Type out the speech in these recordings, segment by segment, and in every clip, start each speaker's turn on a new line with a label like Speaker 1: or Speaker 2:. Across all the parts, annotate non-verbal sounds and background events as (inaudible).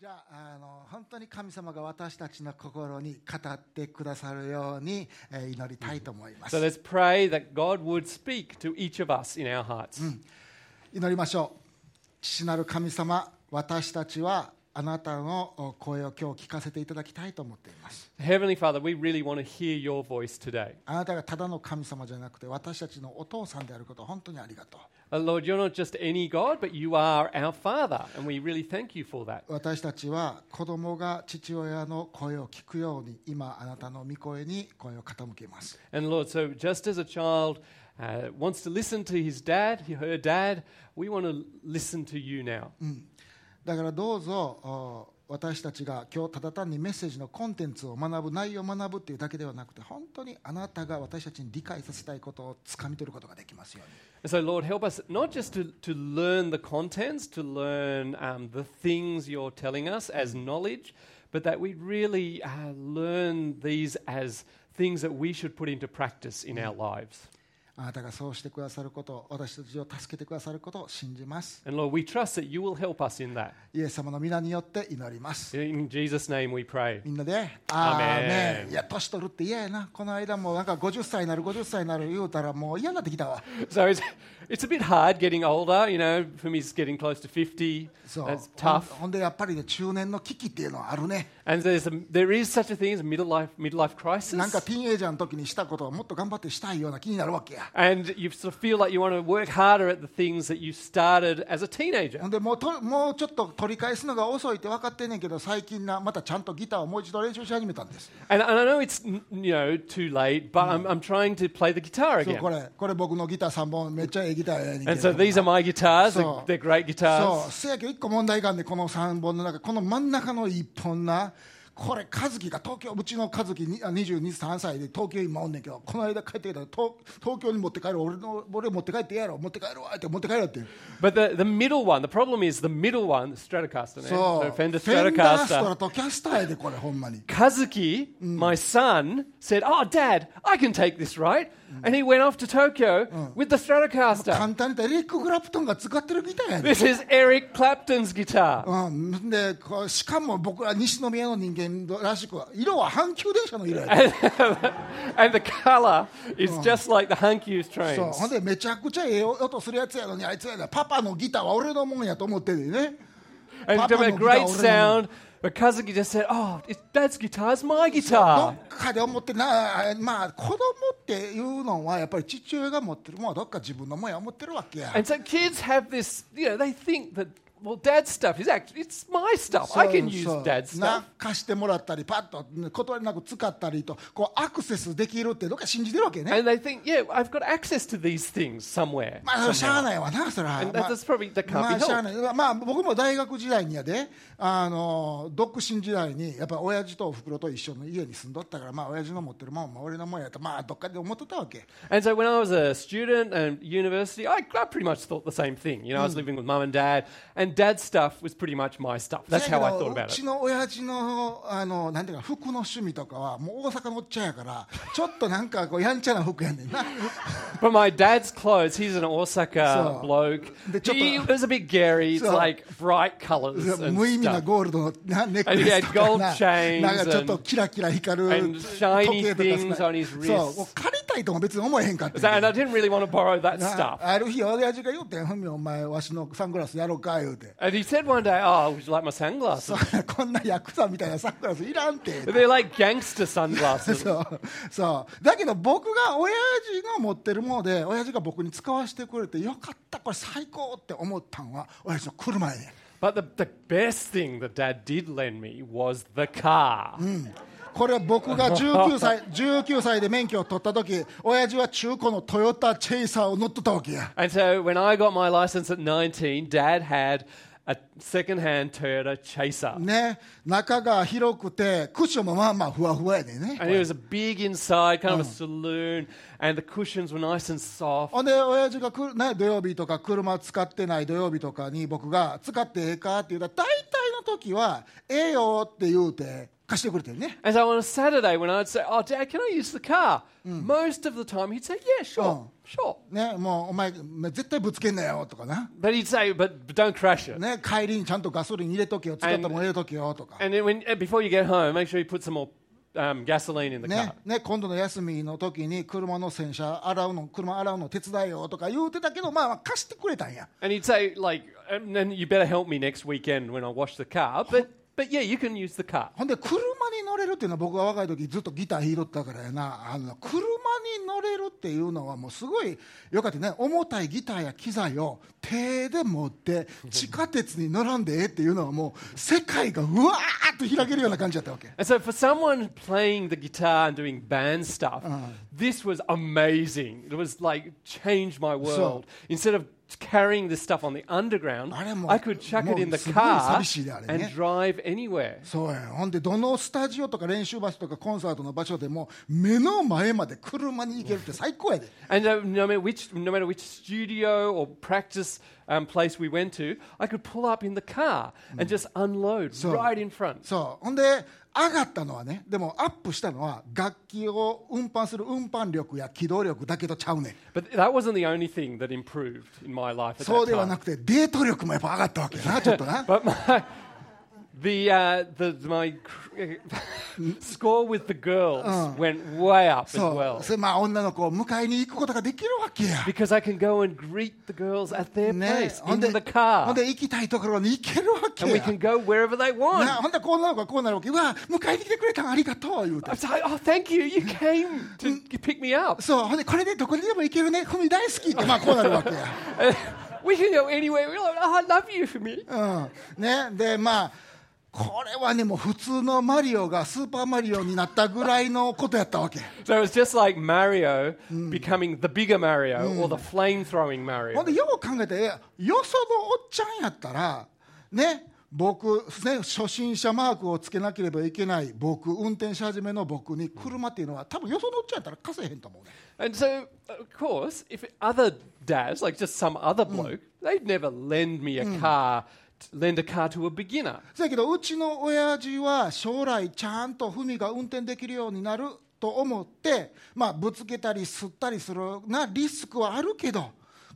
Speaker 1: じゃああの本当に神様が私たちの心に語ってくださるように、えー祈りたいと思います
Speaker 2: So let's pray that God would speak to each of us in our hearts.
Speaker 1: 祈りましょう父なる神様私たちはあなたのお声を今日聞かせていただきたいと思っています
Speaker 2: Heavenly Father, we really want to hear your voice today.
Speaker 1: あなたがただの神様じゃなくて私たちのお父さんであることを本当にありがとう
Speaker 2: Uh, Lord, you're not just any God, but you are our Father, and we really thank you for that.
Speaker 1: 私たちは子供が父親の声を聞くように今あなたの御声に声を傾けます
Speaker 2: And Lord, so just as a child uh, wants to listen to his dad, her dad, we want to listen to you now.
Speaker 1: だからどうぞお私たちが今日ただ単にメッセージのコンテンツを学ぶ内容を学ぶっていうだけではなくて本当にあなたが私たちに理解させたいことをつかみ取ることができますように
Speaker 2: And so, Lord, help us not just to, to learn the contents, to learn um, the things you're telling us as knowledge, but that we really uh, learn these as things that we should put into practice in our lives.
Speaker 1: あなたがそうしてくださること私たちを助けてくださることを信じます
Speaker 2: And Lord, we trust that you will help us in that.
Speaker 1: イエス様の皆によって祈ります
Speaker 2: In Jesus' name we
Speaker 1: (laughs)
Speaker 2: pray.
Speaker 1: みんなで「
Speaker 2: ア
Speaker 1: ア
Speaker 2: ーメン
Speaker 1: ーメンいや年取るって嫌やなこの間もなんか50歳になる50歳になる言うたらもう嫌になってきたわ
Speaker 2: So it's, it's a bit hard getting older, you know, for me it's getting close to 50.
Speaker 1: そう
Speaker 2: That's
Speaker 1: ほん
Speaker 2: tough.
Speaker 1: ほんでやっぱりね中年の危機っていうのはあるね
Speaker 2: And there's a, there is such a thing as a midlife, midlife
Speaker 1: なんか
Speaker 2: crisis.
Speaker 1: ティーンエイジャーの時にしたことをもっと頑張ってしたいような気になるわけや
Speaker 2: And you sort of feel like you want to work harder at the things that you started as a
Speaker 1: ほ
Speaker 2: teenager.
Speaker 1: んでもうともうちょっと取り返すのが遅いって分かってんねんけど最近なまたちゃんとギターをもう一度練習し始めたんです
Speaker 2: And, and I know it's, n- you know, too late, but I'm, I'm trying to play the guitar
Speaker 1: そう
Speaker 2: again.
Speaker 1: これこれ僕のギター3本めっちゃええギターやねんけ
Speaker 2: And so
Speaker 1: ど
Speaker 2: these are my guitars.
Speaker 1: So-
Speaker 2: They're, they're great
Speaker 1: そう
Speaker 2: guitars.
Speaker 1: せやけど1個問題があんでこの3本の中この真ん中の1本なこれ和樹が東京うちの和樹にあ2223歳で東京今おんねんけどこの間帰ってきたら東東京に持って帰る俺の俺持って帰ってええやろ持って帰るわって持って帰るって。
Speaker 2: But the, the middle one, the problem is the middle one, the Stratocaster.
Speaker 1: そう。
Speaker 2: So Fender
Speaker 1: フェンダースト
Speaker 2: Stratocaster. Mm.
Speaker 1: ラとキャスターやで、これ、ほんまに。
Speaker 2: Kazuki, my son, said, Oh, Dad, I can take this, right? And he went off to Tokyo with the Stratocaster.
Speaker 1: 簡単に言ったらエリック・クラプトンが使ってるみたいやで。
Speaker 2: This is Eric Clapton's guitar.
Speaker 1: うん、でこうしかも僕ら西宮の人間らしくは色は阪急電車の色やで
Speaker 2: (laughs) and the color is just like the Hankyu
Speaker 1: そう
Speaker 2: trains.
Speaker 1: ほんでめちゃくちゃええ音するやつやのにあいつやでパパのギターは俺のもんやと思っててね
Speaker 2: and it's
Speaker 1: Papa
Speaker 2: got a
Speaker 1: no
Speaker 2: great
Speaker 1: guitar,
Speaker 2: sound. But Kazuki just said, Oh, it's, Dad's guitar is my
Speaker 1: ど
Speaker 2: guitar.
Speaker 1: っかで思ってなあまあ子供っていうのはやっぱり父親が持ってるもんはどっか自分のもんや思ってるわけや
Speaker 2: And so kids have this, you know, they think that, well, Dad's stuff is actually, it's my stuff. I can use
Speaker 1: そう
Speaker 2: Dad's
Speaker 1: な
Speaker 2: stuff.
Speaker 1: 貸してもらったりパッと断りなく使ったりとこうアクセスできるってどっか信じてるわけね
Speaker 2: And they think, yeah, I've got access to these things somewhere.
Speaker 1: まあそれしゃあないわなそれは
Speaker 2: And
Speaker 1: まあ
Speaker 2: that's probably- that can't be
Speaker 1: まあしゃあないまあ僕も大学時代にやであの独身時代にやっぱ親父とおふくろと一緒の家に住んどったからまあ親父の持ってるもんまあ俺のもんやとまあどっかで思ってたわけ
Speaker 2: And so when I was a student and university, I, I pretty much thought the same thing. You know, I was living with mum and dad, and dad's stuff was pretty much my stuff. That's
Speaker 1: せや
Speaker 2: how
Speaker 1: け
Speaker 2: I
Speaker 1: ど
Speaker 2: thought
Speaker 1: う
Speaker 2: about
Speaker 1: ち
Speaker 2: it.
Speaker 1: の親父のあのなんていうか服の趣味とかはもう大阪のおっちゃんやからちょっとなんかこうやんちゃな服やねんな
Speaker 2: But my dad's clothes, he's an Osaka
Speaker 1: So-
Speaker 2: bloke.
Speaker 1: The chopper-
Speaker 2: He was a bit gary. It's
Speaker 1: So-
Speaker 2: like bright colors
Speaker 1: 無意味
Speaker 2: and
Speaker 1: な
Speaker 2: stuff.
Speaker 1: ゴールドの
Speaker 2: (laughs)
Speaker 1: なネックレスとか
Speaker 2: And he had gold
Speaker 1: な
Speaker 2: chains
Speaker 1: なんかちょっとキラキラ光る
Speaker 2: and
Speaker 1: 時
Speaker 2: shiny
Speaker 1: 計と
Speaker 2: things
Speaker 1: かさ
Speaker 2: on his wrists
Speaker 1: そうもう借りたいとも別に思えへんかったん
Speaker 2: So-
Speaker 1: や
Speaker 2: and I didn't really want to borrow that
Speaker 1: な
Speaker 2: stuff.
Speaker 1: ある日親父が言うてん「ふみお前わしのサングラスやろうか」言うて
Speaker 2: (laughs) And he said one day, "Oh, would you like my sunglasses?"
Speaker 1: そうこんなヤクザみたいなサングラスいらんて
Speaker 2: (laughs) They're like gangster sunglasses. (laughs)
Speaker 1: そうそうだけど僕が親父の持ってるもので親父が僕に使わせてくれてよかったこれ最高って思ったんは親父の車やねん
Speaker 2: But the, the best thing that dad did lend me was the car.
Speaker 1: Hmm. これは僕が19歳 ,19 歳で免許を取った時親父は中古のトヨタチェイサーを乗っとったわけや
Speaker 2: And so when I got my license at 19, dad had a second-hand Toyota Chaser.
Speaker 1: ね中が広くてクッションもまあまあふわふわやねんね
Speaker 2: And it was a big inside, kind of
Speaker 1: Oh.
Speaker 2: a saloon, and the cushions were nice and soft.
Speaker 1: ほんで親父がくる、ね、土曜日とか車使ってない土曜日とかに僕が「使ってええか?」って言うたら大体の時は「ええよ」って言うて貸してくれてるね、
Speaker 2: And so on a Saturday, when I'd say, Oh, Dad, can I use the car? Most of the time, he'd say, Yeah, sure,
Speaker 1: Oh.
Speaker 2: sure.
Speaker 1: ねもうお前絶対ぶつけんなよとかな、
Speaker 2: But he'd say, But, but don't crash it.
Speaker 1: ね、帰りにちゃんとガソリン入れとけよ使ったもん入れとけよとか、
Speaker 2: And then when, uh, before you get home, make sure you put some more um, gasoline in the
Speaker 1: ね
Speaker 2: car.
Speaker 1: ね、今度の休みの時に車の洗車洗うの車洗うの手伝えよとか言うてたけど、まあまあ、貸してくれたんや
Speaker 2: And he'd say, like, and then you better help me next weekend when I wash the car. But, but yeah, you can use the car.
Speaker 1: ほんで車に乗れるっていうのは僕が若い時ずっとギター弾いとったからやなあの車に乗れるっていうのはもうすごいよかったね重たいギターや機材を手で持って地下鉄に乗らんでええっていうのはもう世界がうわーっと開けるような感じだったわけ
Speaker 2: And so for someone playing the guitar and doing band stuff, this was amazing. It was like changed my world. Instead of carrying this stuff on the underground,
Speaker 1: あれも、
Speaker 2: I could chuck it in the
Speaker 1: もうすごい
Speaker 2: car
Speaker 1: 寂しいね、あれね。
Speaker 2: and drive anywhere.
Speaker 1: そうやほんでどのスタジオとか練習場所とかコンサートの場所でも目の前まで車に行けるって最高やで
Speaker 2: And uh, no, matter which, no matter which studio or practice um, place we went to, I could pull up in the car and just unload right in front.
Speaker 1: そうほんで上がったのはねでもアップしたのは楽器を運搬する運搬力や機動力だけどちゃうねん
Speaker 2: But that wasn't the only thing that improved in my life at
Speaker 1: そう
Speaker 2: that
Speaker 1: では
Speaker 2: time.
Speaker 1: なくてデート力もやっぱ上がったわけやなちょっと (laughs) な
Speaker 2: But my, (laughs) the, uh, the my cr- (laughs) score with the girls went way up as
Speaker 1: そ
Speaker 2: well
Speaker 1: うそれまあ女の子を迎えに行くことができるわけや
Speaker 2: because I can go and greet the girls at their
Speaker 1: ね
Speaker 2: place
Speaker 1: ほん
Speaker 2: in
Speaker 1: で
Speaker 2: the
Speaker 1: ほ
Speaker 2: car,
Speaker 1: んで行きたいところに行けるわけ
Speaker 2: and
Speaker 1: や
Speaker 2: we can go wherever they want.
Speaker 1: なほんで女の子はこうなるわけうわ迎えに来てくれたんありがとう言うて
Speaker 2: I was like, oh, thank you, you came to pick me up. (laughs)
Speaker 1: そうほんでこれでどこにでも行けるねふみ大好きってまあこうなるわけや
Speaker 2: we can go anywhere. We're like, oh, I love you for me.
Speaker 1: うんね、でまあこれはねもう普通のマリオがスーパーマリオになったぐらいのことやったわけ
Speaker 2: So it was just like Mario becoming the bigger Mario or the flame throwing Mario.
Speaker 1: ほんでよう考えてよそのおっちゃんやったらね僕ね初心者マークをつけなければいけない僕運転し始めの僕に車っていうのは多分よそのおっちゃんやったら貸せへんと思うね
Speaker 2: And so, of course, if other dads, like just some other bloke, they'd never lend me a car, t- lend a car to a beginner.
Speaker 1: そやけどうちの親父は将来ちゃんと文が運転できるようになると思って、まあ、ぶつけたり吸ったりするなリスクはあるけど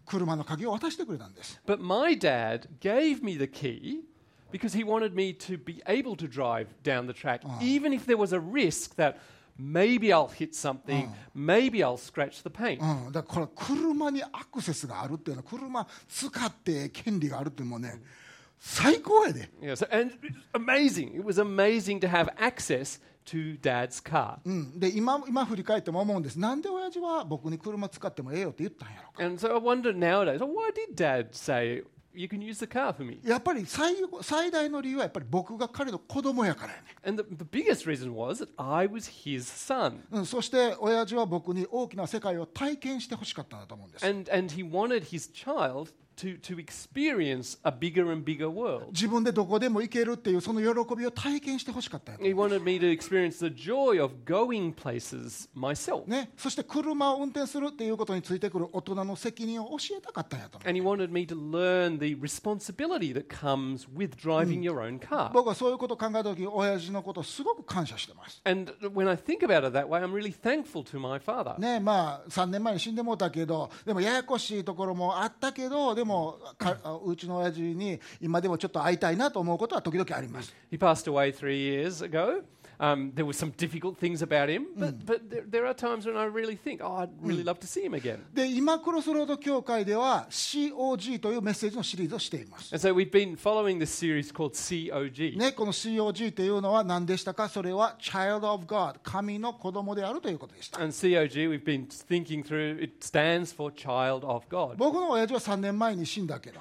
Speaker 1: 車の鍵を渡してくれたんです
Speaker 2: But my dad gave me the key because he wanted me to be able to drive down the track, even if there was a risk that maybe I'll hit something, maybe I'll scratch the paint.
Speaker 1: うん、だからこれ車にアクセスがあるっていうのは車使って権利があるってもうね最高やで
Speaker 2: Yeah, so, and it's amazing. It was amazing to have access to dad's car.
Speaker 1: うん、で今今振り返っても思うんですなんで親父は僕に車使ってもええよって言ったんやろか
Speaker 2: And so I wonder nowadays, oh, why did dad say, you can use the car for me?
Speaker 1: やっぱり最最大の理由はやっぱり僕が彼の子供やからやね
Speaker 2: And the, the biggest reason was that I was his son.
Speaker 1: うん、そして親父は僕に大きな世界を体験してほしかったんだと思うんです。
Speaker 2: And, and he wanted his child to, to experience a bigger and bigger world.
Speaker 1: 自分でどこでも行けるっていうその喜びを体験してほしかったんやと
Speaker 2: He wanted me to experience the joy of going places myself.
Speaker 1: ね、そして車を運転するっていうことについてくる大人の責任を教えたかったんやと思う
Speaker 2: And he wanted me to learn the responsibility that comes with driving your own car.
Speaker 1: 僕はそういうことを考えた時親父のことをすごく感謝してます。
Speaker 2: And when I think about it that way, I'm really thankful to my father.
Speaker 1: ねまあ、3年前に死んでもうたけどでもややこしいところもあったけどでもかうちの親父に今でもちょっと会いたいなと思うことは時々あります。
Speaker 2: He passed away three years ago. Um, there were some difficult things about him, but, but there, there are times when I really think, oh, I'd really love to see him again.
Speaker 1: で今クロスロード協会では COG というメッセージのシリーズをしています。
Speaker 2: And so we've been following this series called COG.
Speaker 1: ね、この COG というのは何でしたかそれは Child of God 神の子供であるということでした
Speaker 2: And COG, we've been thinking through, it stands for Child of God.
Speaker 1: 僕の親父は3年前に死んだけど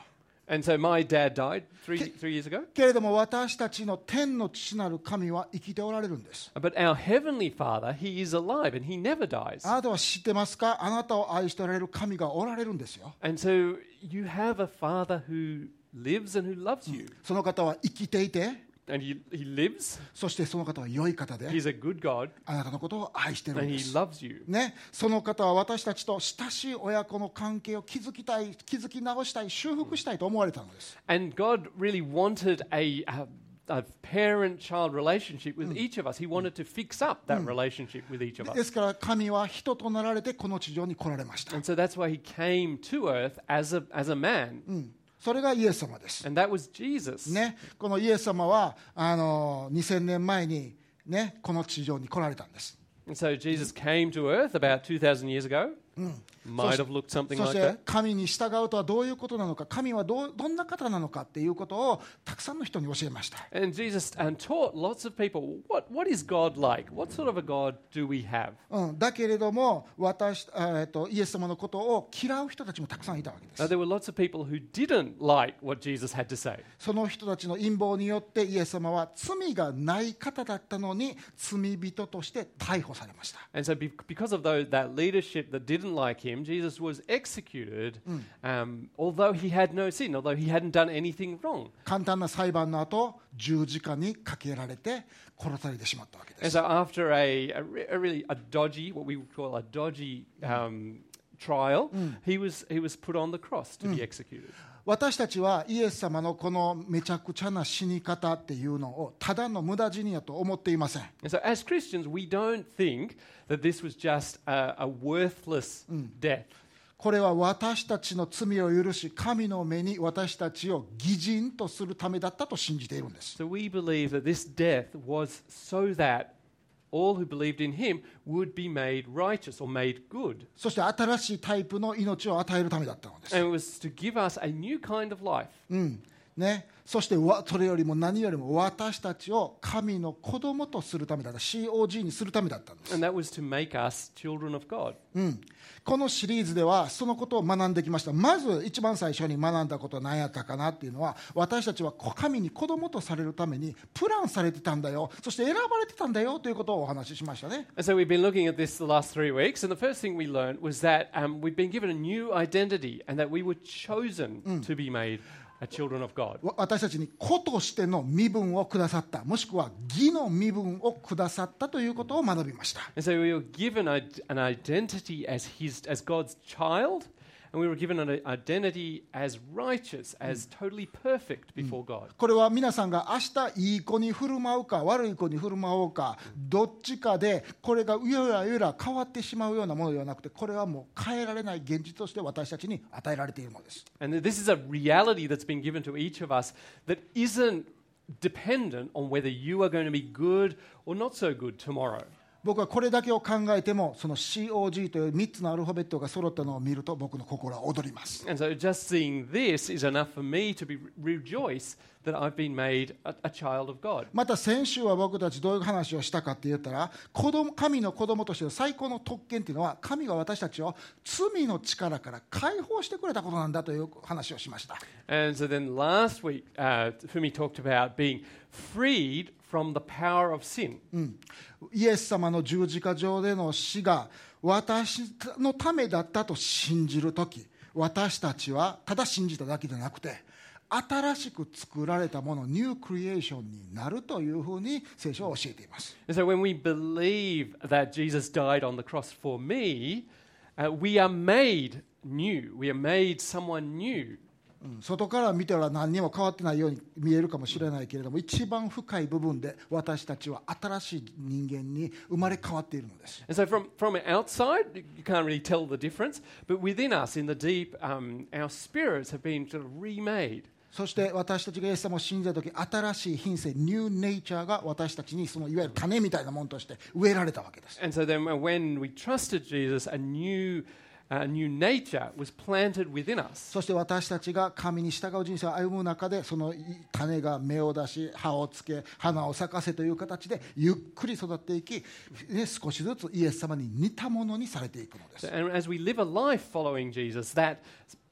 Speaker 2: And so my dad died three, three years ago.
Speaker 1: けれども私たちの天の父なる神は生きておられるんです
Speaker 2: But our Heavenly Father, He is alive and He never dies.
Speaker 1: あなたは知ってますかあなたを愛しておられる神がおられるんですよ
Speaker 2: And so you have a Father who lives and who loves you.
Speaker 1: その方は生きていて
Speaker 2: And He, he lives,
Speaker 1: そしてその方は良い方で
Speaker 2: He's a good God,
Speaker 1: あなたのことを愛してるん
Speaker 2: and
Speaker 1: で
Speaker 2: He
Speaker 1: す
Speaker 2: loves you.
Speaker 1: ね、その方は私たちと親しい親子の関係を築きたい築き直したい修復したいと思われたのです
Speaker 2: And God really wanted a, a a parent child relationship with each of us. He wanted to fix up that relationship with each of us.
Speaker 1: ですから神は人となられてこの地上に来られました
Speaker 2: And so that's why he came to earth as a, as a man.
Speaker 1: それがイエス様です、
Speaker 2: And that was Jesus.
Speaker 1: ね、このイエス様はあの2000年前に、ね、この地上に来られたんです
Speaker 2: And so Jesus came to earth about 2,000 years ago. Might have looked something
Speaker 1: そ
Speaker 2: like
Speaker 1: して
Speaker 2: that.
Speaker 1: 神に従うとはどういうことなのか神はどうどんな方なのかっていうことをたくさんの人に教えました
Speaker 2: And Jesus um, taught lots of people what, what is God like? What sort of a God do we have?
Speaker 1: うん、だけれども私、えーと、イエス様のことを嫌う人たちもたくさんいたわけで
Speaker 2: Now,
Speaker 1: す。
Speaker 2: there were lots of people who didn't like what Jesus had to say.
Speaker 1: その人たちの陰謀によってイエス様は罪がない方だったのに罪人として逮捕されました。
Speaker 2: And so, be- because of those, that leadership that didn't like him, Jesus was executed, um, although he had no sin, although he hadn't done anything wrong.
Speaker 1: 簡単な裁判の後十字架にかけられて殺されてしまったわけで
Speaker 2: And
Speaker 1: す。
Speaker 2: so, after a, a, re- a really a dodgy, what we would call a dodgy um, trial, he was he was put on the cross to be executed.
Speaker 1: 私たちはイエス様のこのめちゃくちゃな死に方っていうのをただの無駄死にやと思っていません。
Speaker 2: And so, as Christians, we don't think that this was just a, a worthless death.
Speaker 1: これは私たちの罪を許し神の目に私たちを義人とするためだったと信じているんです。
Speaker 2: So we believe that this death was so that all who believed in him would be made righteous or made good.
Speaker 1: そして新しいタイプの命を与えるためだったのです。
Speaker 2: And it was to give us a new kind of life.
Speaker 1: うんね、そしてわそれよりも何よりも私たちを神の子供とするためだった COG にするためだったんです、
Speaker 2: And that was to make us children of God.
Speaker 1: うん、このシリーズではそのことを学んできましたまず一番最初に学んだことは何やったかなっていうのは私たちは子神に子供とされるためにプランされてたんだよそして選ばれてたんだよということをお話ししましたね
Speaker 2: And so we've been looking at this the last three weeks. And the first thing we learned was that um, we've been given a new identity and that we were chosen to be made a children of God.
Speaker 1: わ私たちに子としての身分をくださったもしくは義の身分をくださったということを学びました
Speaker 2: And so we were given a, an identity as, his, as God's child, and we were given an identity as righteous, as totally perfect before God.
Speaker 1: これは皆さんが明日いい子に振る舞うか悪い子に振る舞おうかどっちかでこれがうやうやうやうや変わってしまうようなものではなくてこれはもう変えられない現実として私たちに与えられているのです。
Speaker 2: And this is a reality that's been given to each of us that isn't dependent on whether you are going to be good or not so good tomorrow.
Speaker 1: 僕はこれだけを考えてもその COG という3つのアルファベットが揃ったのを見ると僕の心は踊ります。
Speaker 2: And so just seeing this is enough for me to be, rejoice that I've been made a, a child of God.
Speaker 1: また先週は僕たちどういう話をしたかって言ったら子供神の子供としての最高の特権っていうのは神が私たちを罪の力から解放してくれたことなんだという話をしました。
Speaker 2: And so then last week, uh, Fumi talked about being freed from the power of sin.
Speaker 1: Mm. イエス様の十字架上での死が私のためだったと信じる時私たちはただ信じただけじゃなくて新しく作られたものニュークリエーションになるというふうに聖書は教えています
Speaker 2: And so when we believe that Jesus died on the cross for me, uh, we are made new. We are made someone new.
Speaker 1: うん外から見たら何にも変わってないように見えるかもしれないけれども一番深い部分で私たちは新しい人間に生まれ変わっているのです
Speaker 2: And so from, from outside, you can't really tell the difference. But within us, in the deep, um, our spirits have been sort of remade.
Speaker 1: そして私たちがイエス様を信じた時新しい品性ニューネイチャーが私たちにそのいわゆる種みたいなものとして植えられたわけです
Speaker 2: And so then when we trusted Jesus, a new, a new nature was planted within us.
Speaker 1: そして私たちが神に従う人生を歩む中でその種が芽を出し葉をつけ花を咲かせという形でゆっくり育っていき、ね、少しずつイエス様に似たものにされていくので
Speaker 2: So,
Speaker 1: す
Speaker 2: and as we live a life following Jesus, that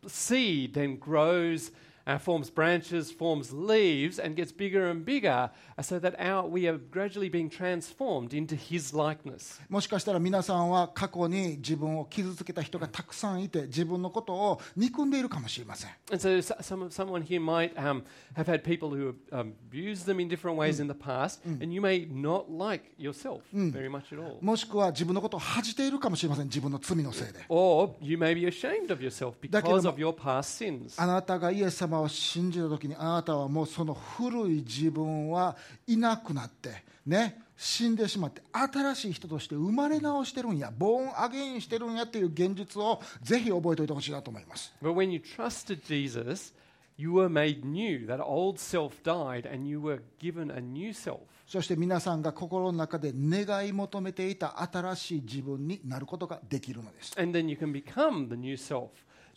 Speaker 2: s- seed then grows, uh, forms branches, forms leaves, and gets bigger and bigger, uh, so that our, we are gradually being transformed into His likeness.
Speaker 1: もしかしたら皆さんは過去に自分を傷つけた人がたくさんいて自分のことを憎んでいるかもしれません
Speaker 2: And so, s- some, of- someone here might um, have had people who have um, abused them in different ways in the past, and you may not like yourself very much at all.
Speaker 1: もしくは自分のことを恥じているかもしれません自分の罪のせいで
Speaker 2: Or you may be ashamed of yourself because
Speaker 1: mo-
Speaker 2: of your past sins.
Speaker 1: あなたがイエス様様を信じた時にあなたはもうその古い自分はいなくなってね死んでしまって新しい人として生まれ直してるんやボーンアゲインしてるんやっていう現実をぜひ覚えておいてほしいなと思います
Speaker 2: But when you trusted Jesus, you were made new. That old self died and you were given a new self.
Speaker 1: そして皆さんが心の中で願い求めていた新しい自分になることができるのです
Speaker 2: And then you can become the new self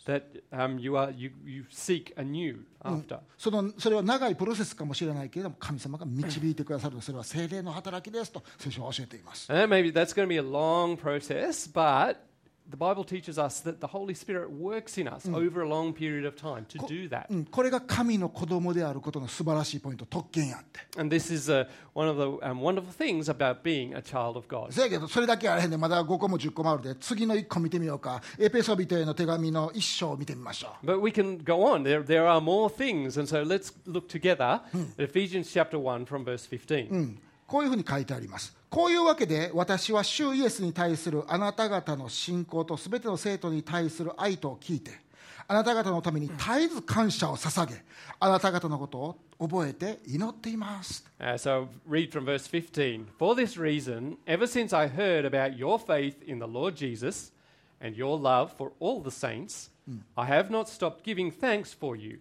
Speaker 2: that um, you, are, you, you seek anew after.
Speaker 1: そのそれは長いプロセスかもしれないけれども神様が導いてくださるのそれは精霊の働きですと聖書は教えています
Speaker 2: And that maybe that's going to be a long process, but the Bible teaches us that the Holy Spirit works in us over a long period of time to do that.
Speaker 1: うん、これが神の子供であることの素晴らしいポイント特権やって
Speaker 2: And this is uh, one of the um, wonderful things about being a child of God.
Speaker 1: せやけどそれだけあれへんでまだ5個も10個もあるで次の1個見てみようかエペソビテへの手紙の1章を見てみましょう
Speaker 2: But we can go on. There, there are more things. And so let's look together at Ephesians chapter 1 from verse 15.
Speaker 1: こういうふうに書いてあります。こういうわけで私は主イエスに対するあなた方の信仰とすべての生徒に対する愛とを聞いてあなた方のために絶えず感謝を捧げあなた方のことを覚えて祈っています。
Speaker 2: Uh, so read from verse 15. For this reason, ever since I heard about your faith in the Lord Jesus and your love for all the saints, I have not stopped giving thanks for you,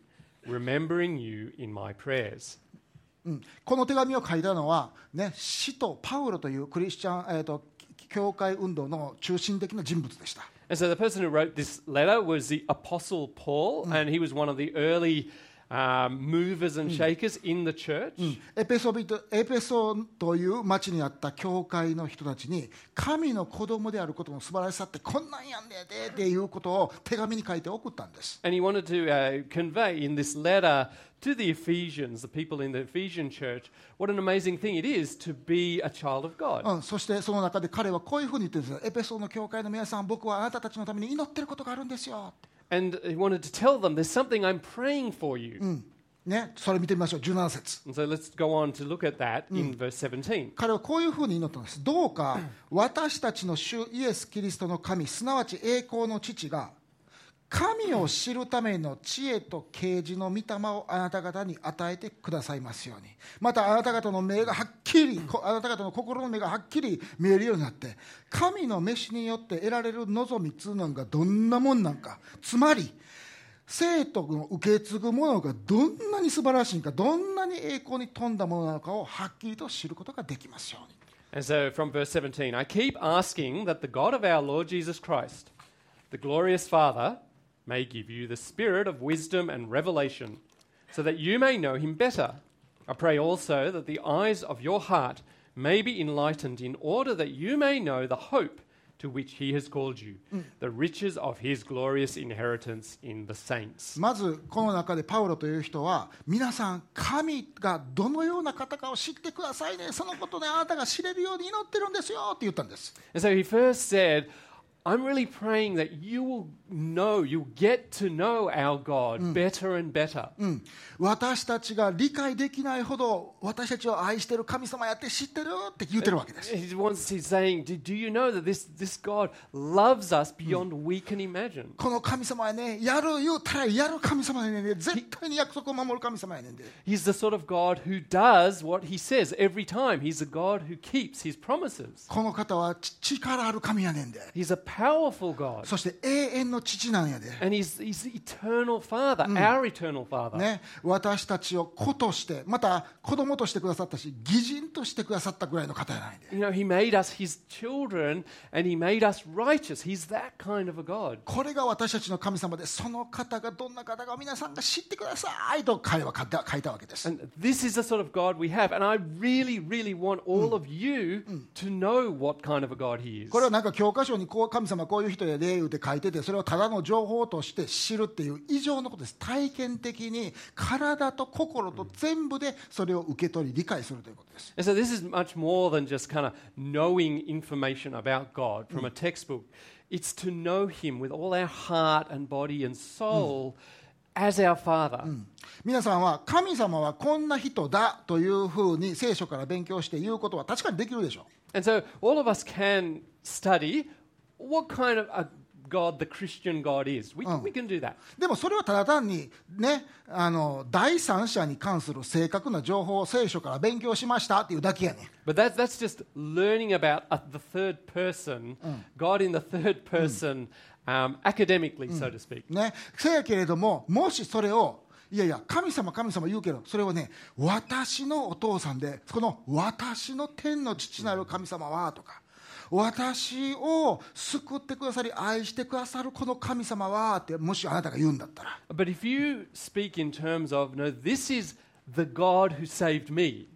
Speaker 2: remembering you in my prayers.
Speaker 1: うんこの手紙を書いたのは、ね、使徒パウロというクリスチャン、えーと教会運動の中心的な人物でした。
Speaker 2: And so the person who wrote this letter was the Apostle Paul, and he was one of the early um, movers and shakers in the church.
Speaker 1: エペソビトエペソという町にあった教会の人たちに神の子供であることの素晴らしさってこんなんやんねでっていうことを手紙に書いて送ったんです
Speaker 2: And he wanted to uh, convey in this letter to the Ephesians, the people in the Ephesian church, what an amazing thing it is to be a child of God.
Speaker 1: うん、そしてその中で彼はこういうふうに言ってるんですよエペソの教会の皆さん僕はあなたたちのために祈ってることがあるんですよ、
Speaker 2: And he wanted to tell them there's something I'm praying for you.
Speaker 1: ね、それ見てみましょう17節
Speaker 2: And so let's go on to look at that in verse 17.
Speaker 1: 彼はこういうふうに祈ったんですどうか私たちの主イエス・キリストの神すなわち栄光の父が神を知るための知恵と啓示の御霊をあなた方に与えてくださいますようにまたあなた方の目がはっきりこあなた方の心の目がはっきり見えるようになって神の召しによって得られる望みっつうのがどんなもんなんかつまり生徒の受け継ぐものがどんなに素晴らしいのかどんなに栄光に富んだものなのかをはっきりと知ることができますように
Speaker 2: And so from verse 17, I keep asking that the God of our Lord Jesus Christ, the glorious Father, may give you the spirit of wisdom and revelation, so that you may know him better. I pray also that the eyes of your heart may be enlightened, in order that you may know the hope to which he has called you, the riches of his glorious inheritance in the saints.
Speaker 1: まずこの中でパウロという人は皆さん神がどのような方かを知ってくださいねそのことであなたが知れるように祈ってるんですよって言ったんです
Speaker 2: And so he first said, I'm really praying that you will know, you'll get to know our God better and better.
Speaker 1: Mm. 私たちが理解できないほど私たちを愛してる神様やって知ってるって言ってるわけです
Speaker 2: He wants, he's saying, do, do you know that this, this God loves us beyond we can imagine?
Speaker 1: この神様はねやる言うたらやる神様やねんで絶対に約束を守る神様やねんで
Speaker 2: He's the sort of God who does what he says every time. He's a God who keeps his promises.
Speaker 1: この方はち力ある神やねんで
Speaker 2: He's a powerful God.
Speaker 1: そして永遠の父なんやで
Speaker 2: And he's, he's the eternal Father, our eternal Father.
Speaker 1: ね、私たちを子としてまた子供としてくださったし義人としてくださったぐらいの方やないんで
Speaker 2: You know, he made us his children and he made us righteous. He's that kind of a God.
Speaker 1: これが私たちの神様でその方がどんな方か皆さんが知ってくださいと彼は書いた書いたわけです
Speaker 2: And this is the sort of God we have. And I really, really want all of you to know what kind of a God he is.
Speaker 1: これはなんか教科書にこう神様こういう人やで言うて書いててそれをただの情報として知るっていう以上のことです体験的に体と心と全部でそれを受け取り理解するということです
Speaker 2: And so this is much more than just kind of knowing information about God from a textbook. It's to know Him with all our heart and body and soul as our Father.
Speaker 1: Mm. 皆さんは神様はこんな人だというふうに聖書から勉強して言うことは確かにできるでしょう
Speaker 2: And so all of us can study what kind of a God the Christian God is. We, we can do that.
Speaker 1: でもそれはただ単にねあの第三者に関する正確な情報を聖書から勉強しましたっていうだけやねん
Speaker 2: But that, that's just learning about uh, the third person, God in the third person, um, academically, so to speak.
Speaker 1: ね、せやけれども、もしそれを、いやいや、神様、神様言うけど、それをね、私のお父さんで、この私の天の父なる神様はとか、私を救ってくださり、愛してくださるこの神様はって、もしあなたが言うんだったら、
Speaker 2: But if you speak in terms of, no, this is the God who saved me,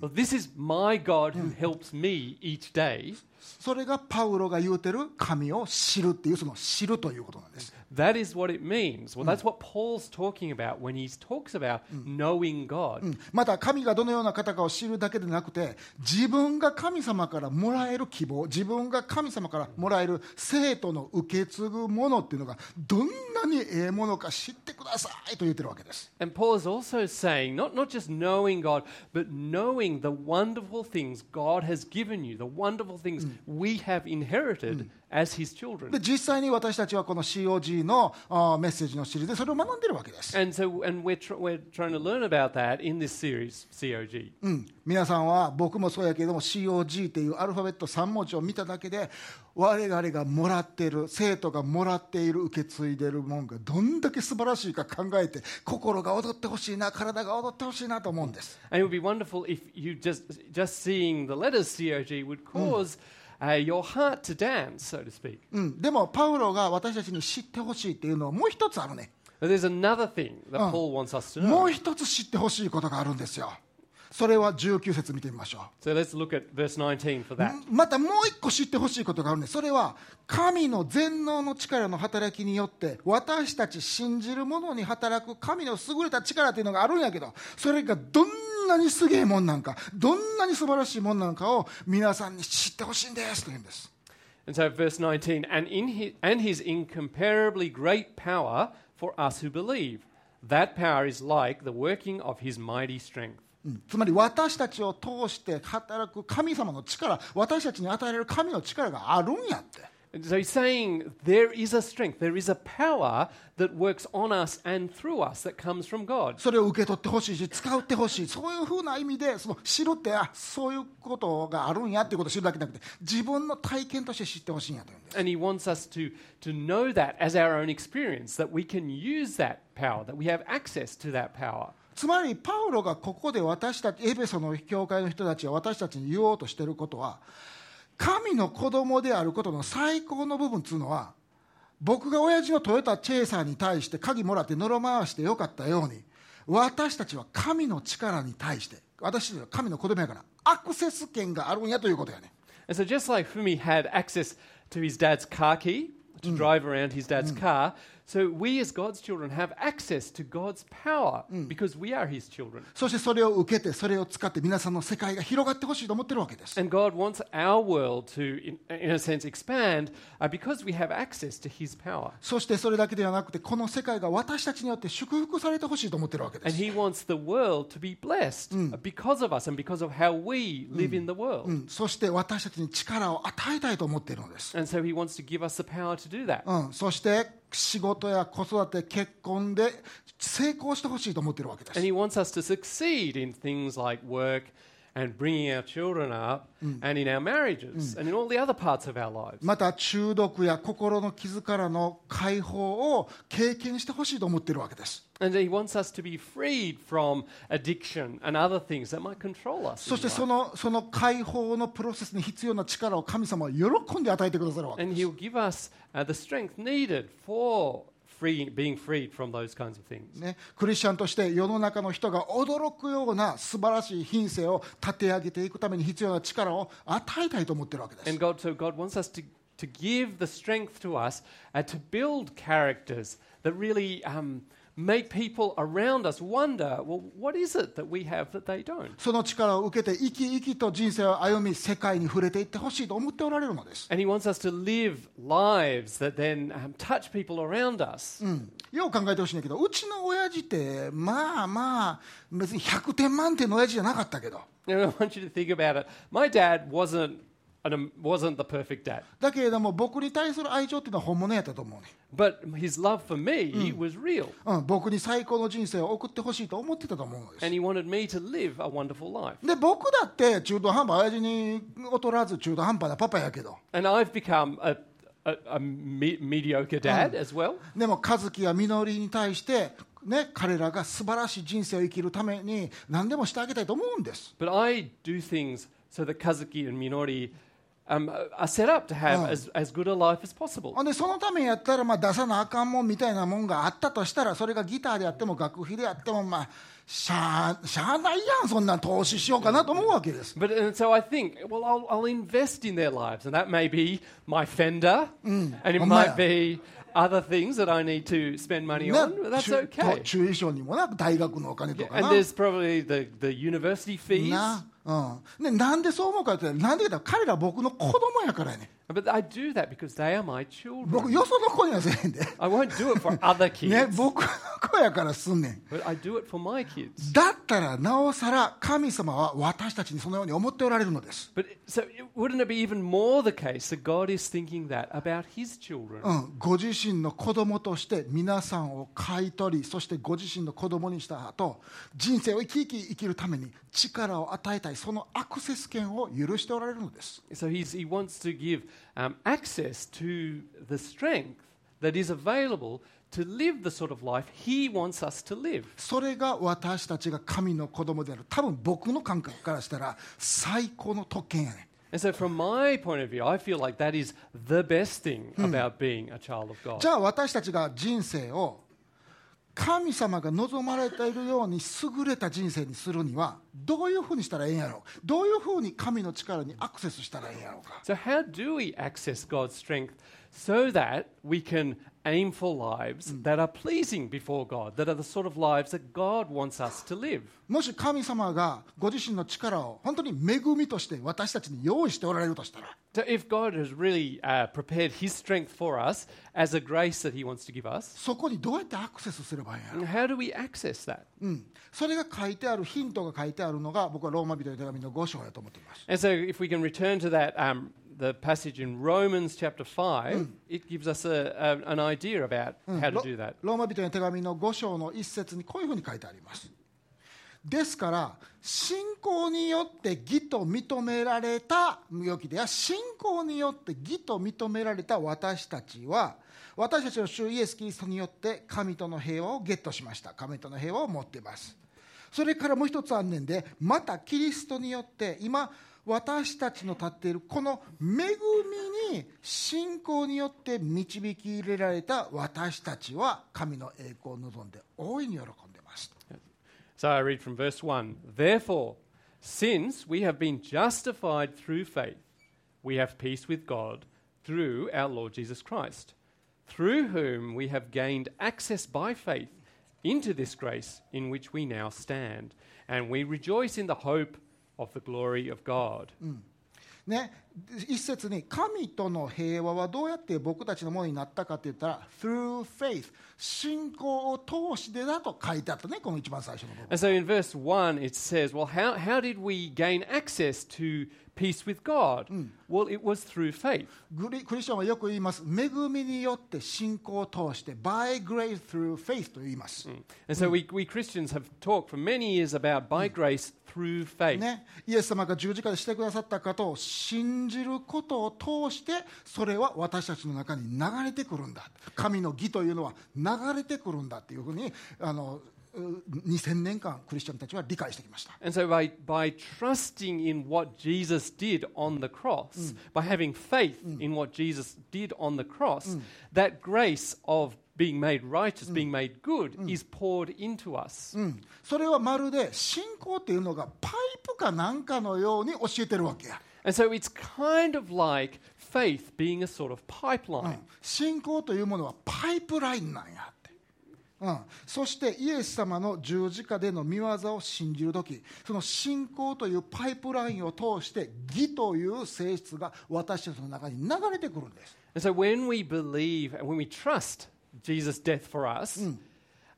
Speaker 2: or this is my God who helps me each day,
Speaker 1: それがパウロが言うてる神を知るっていう、その知るということなんです。
Speaker 2: that is what it means. Well, that's what Paul's talking about when he talks about knowing God.
Speaker 1: うんまた神がどのような方かを知るだけでなくて自分が神様からもらえる希望自分が神様からもらえる生徒の受け継ぐものっていうのがどんなにええものか知ってくださいと言ってるわけです、
Speaker 2: And Paul is also saying, not, not just knowing God, but knowing the wonderful things God has given you, the wonderful things we have inherited as his children.
Speaker 1: で実際に私たちはこの COG のあーメッセージのシリーズでそれを学んでるわけです、
Speaker 2: and so, and we're, tr- we're trying to learn about that in this series, COG.
Speaker 1: うん、皆さんは僕もそうやけれども COG っていうアルファベット3文字を見ただけで我々がもらっている生徒がもらっている受け継いでいるもんがどんだけ素晴らしいか考えて心が踊ってほしいな体が踊ってほしいなと思うんです、
Speaker 2: And it would be wonderful if you just, just seeing the letters COG would cause uh, your heart to dance, so to speak.
Speaker 1: うん、でもパウロが私たちに知ってほしいっていうのはもう一つあるね
Speaker 2: But there's another thing that
Speaker 1: Oh.
Speaker 2: Paul wants us to know.
Speaker 1: もう一つ知ってほしいことがあるんですよそれは19節見てみましょ
Speaker 2: So let's look at verse 19 for that.
Speaker 1: うまたもう一個知ってほしいことがあるんですそれは神の全能の力の働きによって私たち信じる者に働く神の優れた力というのがあるんやけどそれがどんなにすげえもんなんかどんなに素晴らしいもんなんかを皆さんに知ってほしいんですというんです
Speaker 2: And so, verse 19, and, in his, and his incomparably great power for us who believe. That power is like the working of his mighty strength.
Speaker 1: うんつまり私たちを通して働く神様の力私たちに与えられる神の力があるんやって。
Speaker 2: And so, he's saying there is a strength, there is a power that works on us and through us that comes from God.
Speaker 1: それを受け取ってほしいし使ってほしいそういうふうな意味でその知るってあそういうことがあるんやっていうことを知るだけじゃなくて自分の体験として知ってほしいんやというんです
Speaker 2: And he wants us to, to know that as our own experience, that we can use that power, that we have access to that power.
Speaker 1: つまりパウロがここで私たちエペソの教会の人たちは私たちに言おうとしてることは神の子供であることの最高の部分っつうのは僕が親父のトヨタチェイサーに対して鍵もらってのろ回してよかったように私たちは神の力に対して私たちは神の子供やからアクセス権があるんやということやね
Speaker 2: And so, just like Fumi had access to his dad's car key to drive around his dad's car, so we as God's children have access to God's power because we are his children.
Speaker 1: そしてそれを受けて、それを使って皆さんの世界が広がってほしいと思ってるわけです。
Speaker 2: And God wants our world to, in, in a sense, expand uh, because we have access to his power.
Speaker 1: そしてそれだけではなくて、この世界が私たちによって祝福されてほしいと思ってるわけで
Speaker 2: And
Speaker 1: す。
Speaker 2: he wants the world to be blessed uh, because of us and because of how we live in the world.
Speaker 1: うん、そして私たちに力を与えたいと思ってるのです。
Speaker 2: And so he wants to give us the power to do that.
Speaker 1: うん、そして仕事や子育て、結婚で成功してほしいと思ってるわけで
Speaker 2: And
Speaker 1: す。
Speaker 2: he wants us to succeed in things like work and bringing our children up and in our marriages and in all the other parts of our lives.
Speaker 1: また中毒や心の傷からの解放を経験してほしいと思ってるわけです。
Speaker 2: And he wants us to be freed from addiction and other things that might control us.
Speaker 1: そ
Speaker 2: in
Speaker 1: してそ
Speaker 2: life.
Speaker 1: のその解放のプロセスに必要な力を神様は喜んで与えてくださるわけです
Speaker 2: And he'll give us uh, the strength needed for free, being freed from those kinds of things.
Speaker 1: ね、クリスチャンとして世の中の人が驚くような素晴らしい品性を立て上げていくために必要な力を与えたいと思ってるわけです
Speaker 2: And God, so God wants us to, to give the strength to us uh, to build characters that really um, make people around us wonder, well, what is it that we have that they don't?
Speaker 1: その力を受けて生き生きと人生を歩み世界に触れていってほしいと思っておられるのです、
Speaker 2: And he wants us to live lives that then um, touch people around us. (laughs)
Speaker 1: うん、よう考えてほしいんだけどうちの親父ってまあまあ別に100点満点の親父じゃなかったけど、
Speaker 2: And I want you to think about it. My dad wasn't and um, wasn't the perfect dad.
Speaker 1: だけれども僕に対する愛情っていうのは本物やったと思うね、
Speaker 2: But his love for me was real,
Speaker 1: うん、僕に最高の人生を送ってほしいと思ってたと思うのです
Speaker 2: and he wanted me to live a wonderful life.
Speaker 1: で僕だって中途半端親父に劣らず中途半端なパパやけど
Speaker 2: And I've become a, a, a me- mediocre dad as well.
Speaker 1: でも和樹や実りに対して、ね、彼らが素晴らしい人生を生きるために何でもしてあげたいと思うんです、
Speaker 2: But I do things so that Kazuki and Minori um, are set up to have as, as good a life as possible.
Speaker 1: ほんでそのためやったらまあ出さなあかんもんみたいなもんがあったとしたらそれがギターであっても楽譜であってもまあしゃあしゃあないやんそんなん投資しようかなと思うわけです。
Speaker 2: But and so I think, well, I'll, I'll invest in their lives, and that may be my fender, and it
Speaker 1: Oh,
Speaker 2: might
Speaker 1: my.
Speaker 2: be other things that I need to spend money
Speaker 1: ね
Speaker 2: on. But that's
Speaker 1: 中
Speaker 2: okay.
Speaker 1: 中医賞にもな大学のお金と
Speaker 2: Yeah,
Speaker 1: か
Speaker 2: and
Speaker 1: な。
Speaker 2: there's probably the, the university fees.
Speaker 1: なうんね、なんでそう思うかって言ったらなんでかって言ったら彼ら僕の子供やからやねん
Speaker 2: But I do that because they are my children.
Speaker 1: 僕よその子にはせえへんで、
Speaker 2: I won't do it for other kids,
Speaker 1: ね、僕の子やからすんねん
Speaker 2: but I do it for my kids.
Speaker 1: だったらなおさら神様は私たちにそのように思っておられるのです、
Speaker 2: But it- so it- wouldn't it be even more the case that God is thinking that about his children?
Speaker 1: うん、ご自身の子供として皆さんを買い取りそしてご自身の子供にした後人生を生き生き生きるために力を与えたいそのアクセス権を許しておられるのです、
Speaker 2: So he's, he wants to give um, access to the strength that is available to live the sort of life he wants us to live.
Speaker 1: それが私たちが神の子供である多分僕の感覚からしたら最高の特権やね
Speaker 2: And so, from my point of view, I feel like that is the best thing about being a child
Speaker 1: ん
Speaker 2: of God.
Speaker 1: じゃあ私たちが人生を神様が望まれているように優れた人生にするにはどういうふうにしたらええんやろうどういうふうに神の力にアクセスしたらええんやろうか
Speaker 2: So, how do we access God's strength so that we can aim for lives that are pleasing before God, that are the sort of lives that God wants us to live?
Speaker 1: もし神様がご自身の力を本当に恵みとして私たちに用意しておられるとしたら
Speaker 2: So, if God has really uh, prepared His strength for us as a grace that He wants to give us,
Speaker 1: そこにどうやってアクセスすればええんやろう
Speaker 2: how do we access that?
Speaker 1: うん、それが書いてあるヒントが書いてあるのが僕はローマ人の手紙の5章やと思っています
Speaker 2: And so, if we can return to that, um, the passage in Romans chapter 5, it gives us a, a, an idea about how to do that.
Speaker 1: ロローマ人への手紙の5章の一節にこういうふうに書いてありますですから信仰によって義と認められた無欲でや信仰によって義と認められた私たちは私たちの主イエス・キリストによって神との平和をゲットしました神との平和を持っていますそれからもう一つあんねんでまたキリストによって今私たちの立っているこの恵みに信仰によって導き入れられた私たちは神の栄光を望んで大いに喜んでます。
Speaker 2: So I read from verse 1 Therefore, since we have been justified through faith, we have peace with God through our Lord Jesus Christ, through whom we have gained access by faith into this grace in which we now stand, and we rejoice in the hope of the glory of God.
Speaker 1: ね、一節に神との平和はどうやって僕たちのものになったかって言ったら through faith 信仰を通してだと書いてあったねこの一番最初の部分
Speaker 2: And so in verse 1, it says, Well, how, how did we gain access to peace with God? Well, it was through faith.
Speaker 1: グリクリスチャンはよく言います恵みによって信仰を通して by grace through faith と言います、
Speaker 2: And so we, we Christians have talked for many years about by grace through faith.
Speaker 1: ね、イエス様が十字架でしてくださったことを信じることを通してそれは私たちの中に流れてくるんだ神の義というのは流れてくるんだっていうふうにあのう2000年間クリスチャンたちは理解してきました。
Speaker 2: And so by, by trusting in what Jesus did on the cross, by having faith in what Jesus did on the cross, that grace of being made righteous, being made good, is poured into us.
Speaker 1: うん、それはまるで信仰っていうのがパイプかなんかのように教えてるわけや、
Speaker 2: And so it's kind of like faith being a sort of
Speaker 1: うん
Speaker 2: pipeline.
Speaker 1: 信仰というものはパイプラインなんやって、うん、そしてイエス様の十字架での見業を信じる時その信仰というパイプラインを通して義という性質が私たちの中に流れてくるんです
Speaker 2: And so when we believe and when we trust Jesus' death for us,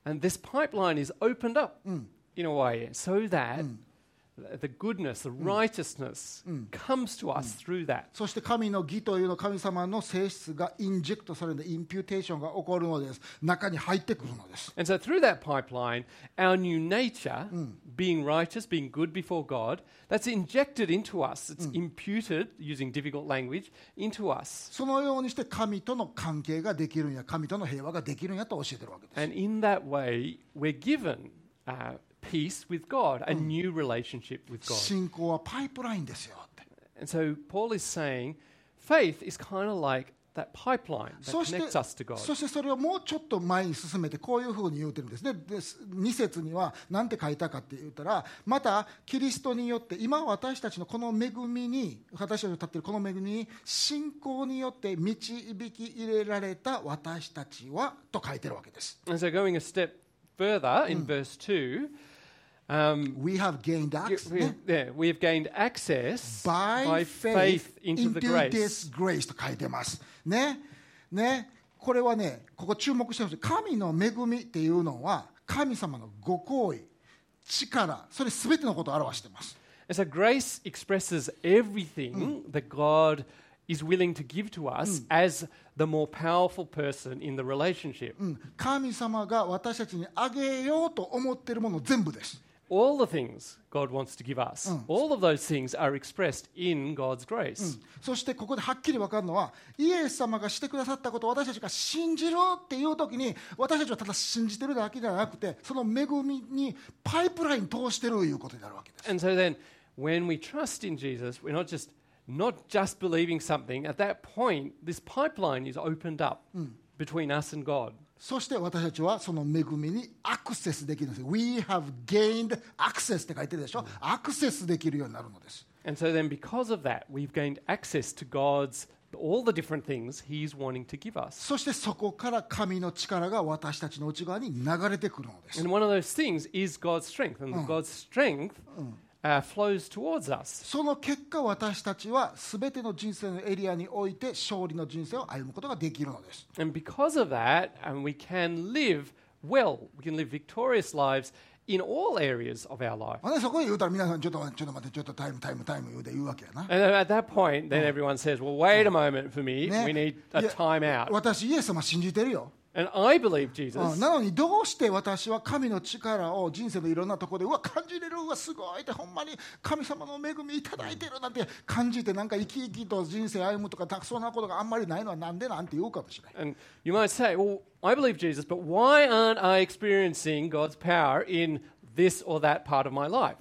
Speaker 2: and this pipeline is opened up in a way so that th- the goodness, the righteousness comes to us through that.
Speaker 1: そして神の義というの神様の性質がインジェクトされるのでインピューテーションが起こるのです中に入ってくるのです
Speaker 2: And so through that pipeline, our new nature, being righteous, being good before God, that's injected into us. It's imputed, using difficult language, into us.
Speaker 1: そのようにして神との関係ができるんや神との平和ができるんやと教えてるわけです
Speaker 2: And in that way, we're given uh, peace with God, a new relationship with God.
Speaker 1: 信仰はパイプラインですよって
Speaker 2: And so Paul is saying faith is kind of like that pipeline that
Speaker 1: そして
Speaker 2: connects us to God.
Speaker 1: そしてそれをもうちょっと前に進めてこういうふうに言うてるんですねで2節には何て書いたかって言ったらまたキリストによって今私たちのこの恵みに私たちの立っているこの恵みに信仰によって導き入れられた私たちはと書いてるわけです。
Speaker 2: And so going a step further
Speaker 1: Hmm.
Speaker 2: in verse 2, um,
Speaker 1: We have gained
Speaker 2: y-
Speaker 1: access,
Speaker 2: we,
Speaker 1: ね
Speaker 2: yeah, we have gained access
Speaker 1: by,
Speaker 2: faith,
Speaker 1: faith
Speaker 2: into the
Speaker 1: into
Speaker 2: grace.
Speaker 1: this grace と書いてます。ね。ね。これはね、ここ注目してほしい。神の恵みっていうのは、神様のご厚意、力、それすべてのことを表してます。
Speaker 2: And so grace expresses everything
Speaker 1: Hmm.
Speaker 2: that God is willing to give to us as the more powerful person in the relationship.
Speaker 1: うん神様が私たちにあげようと思ってるもの全部です。
Speaker 2: All the things God wants to give us,
Speaker 1: Hmm.
Speaker 2: all of those things are expressed in God's grace.
Speaker 1: そしてここではっきり分かるのは、イエス様がしてくださったことを私たちが信じるっていうときに、私たちはただ信じてるだけではなくて、その恵みにパイプライン通してるいうことになるわけです。
Speaker 2: And so then, when we trust in Jesus, we're not just not just believing something. At that point, this pipeline is opened up between us and God.
Speaker 1: そして私たちはその恵みにアクセスできるんです。We have gained access って書いてるでしょ、アクセスできるようになるのです。
Speaker 2: And so then, because of that, we've gained access to God's all the different things He's wanting to give us.
Speaker 1: そしてそこから神の力が私たちの内側に流れてくるのです。
Speaker 2: And one of those things is God's strength, and God's strength uh, flows towards us.
Speaker 1: その結果私たちは全ての人生のエリアにおいて勝利の人生を歩むことができるのです。
Speaker 2: And because of that, and we can live well, we can live victorious lives in all areas of our life.
Speaker 1: ほんでそこで言うたら皆さんちょっとちょっと待ってちょっとタイムタイムタイム言うで言うわけやな。
Speaker 2: And then at that point, then everyone says, Well, wait a moment for me.
Speaker 1: ね
Speaker 2: We need a
Speaker 1: いや
Speaker 2: timeout.
Speaker 1: 私イエス様信じてるよ。
Speaker 2: And I believe Jesus.
Speaker 1: うんなのにどうして私は神の力を人生のいろんなところでうわ感じれるうわすごいってほんまに神様の恵みいただいてるなんて感じてなんか生き生きと人生歩むとかたくさんなことがあんまりないのはなんでなんて言うかもしれない
Speaker 2: And you might say, Well, I believe Jesus, but why aren't I experiencing God's power in this or that part of my life?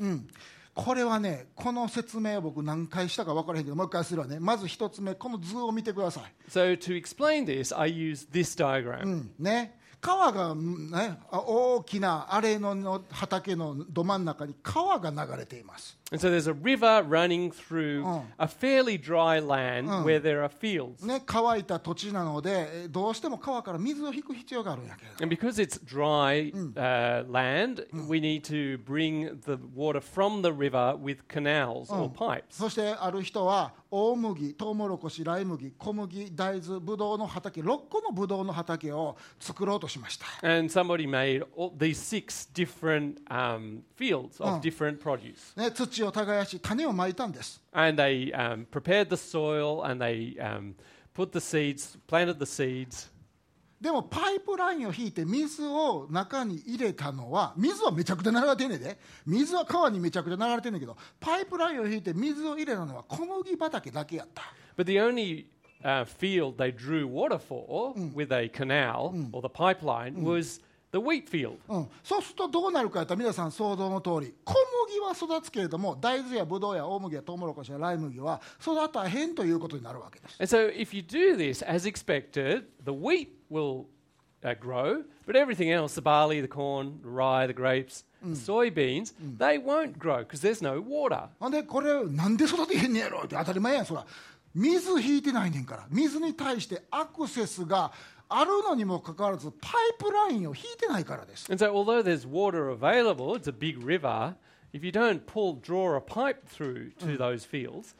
Speaker 1: これはねこの説明を僕何回したか分からへんけどもう一回するわねまず一つ目この図を見てください
Speaker 2: So to explain this, I use this diagram.
Speaker 1: うんね川が、うんね、あ大きなあれのの畑のど真ん中に川が流れています
Speaker 2: And so there's a river running through a fairly dry land where there are fields.
Speaker 1: ね、乾いた土地なのでえどうしても川から水を引く必要があるんやけれど
Speaker 2: And because it's dry uh, land, we need to bring the water from the river with canals or pipes.
Speaker 1: そしてある人は大麦トウモロコシライ麦小麦大豆ブドウの畑6個のブドウの畑を作ろうとしました
Speaker 2: And somebody made all these six different um, fields of different produce.
Speaker 1: ね、土を耕し種をまいたんです
Speaker 2: And they um, prepared the soil and they um, put the seeds, planted the seeds.
Speaker 1: でもパイプラインを引いて水を中に入れたのは水はめちゃくちゃ流れてんねんで水は川にめちゃくちゃ流れてんねんけどパイプラインを引いて水を入れたのは小麦畑だけやった
Speaker 2: But the only uh, field they drew water for with a canal or the pipeline was the wheat field.
Speaker 1: うん、そうするとどうなるかやったら皆さん想像の通り小麦は育つけれども大豆やブドウや大麦やトウモロコシやライ麦は育たへんということになるわけです
Speaker 2: And so, if you do this as expected, the wheat will uh, grow, but everything else the barley, the corn, the rye, the grapes, the soybeans they won't grow because there's no water.
Speaker 1: ほんでこれなんで育てへんねやろって当たり前やんそら水引いてないねんから水に対してアクセスがあるのにもかかわらずパイプラインを引いてないからです
Speaker 2: And so, although there's water available, it's a big river. If you don't pull, draw a pipe through to those fields,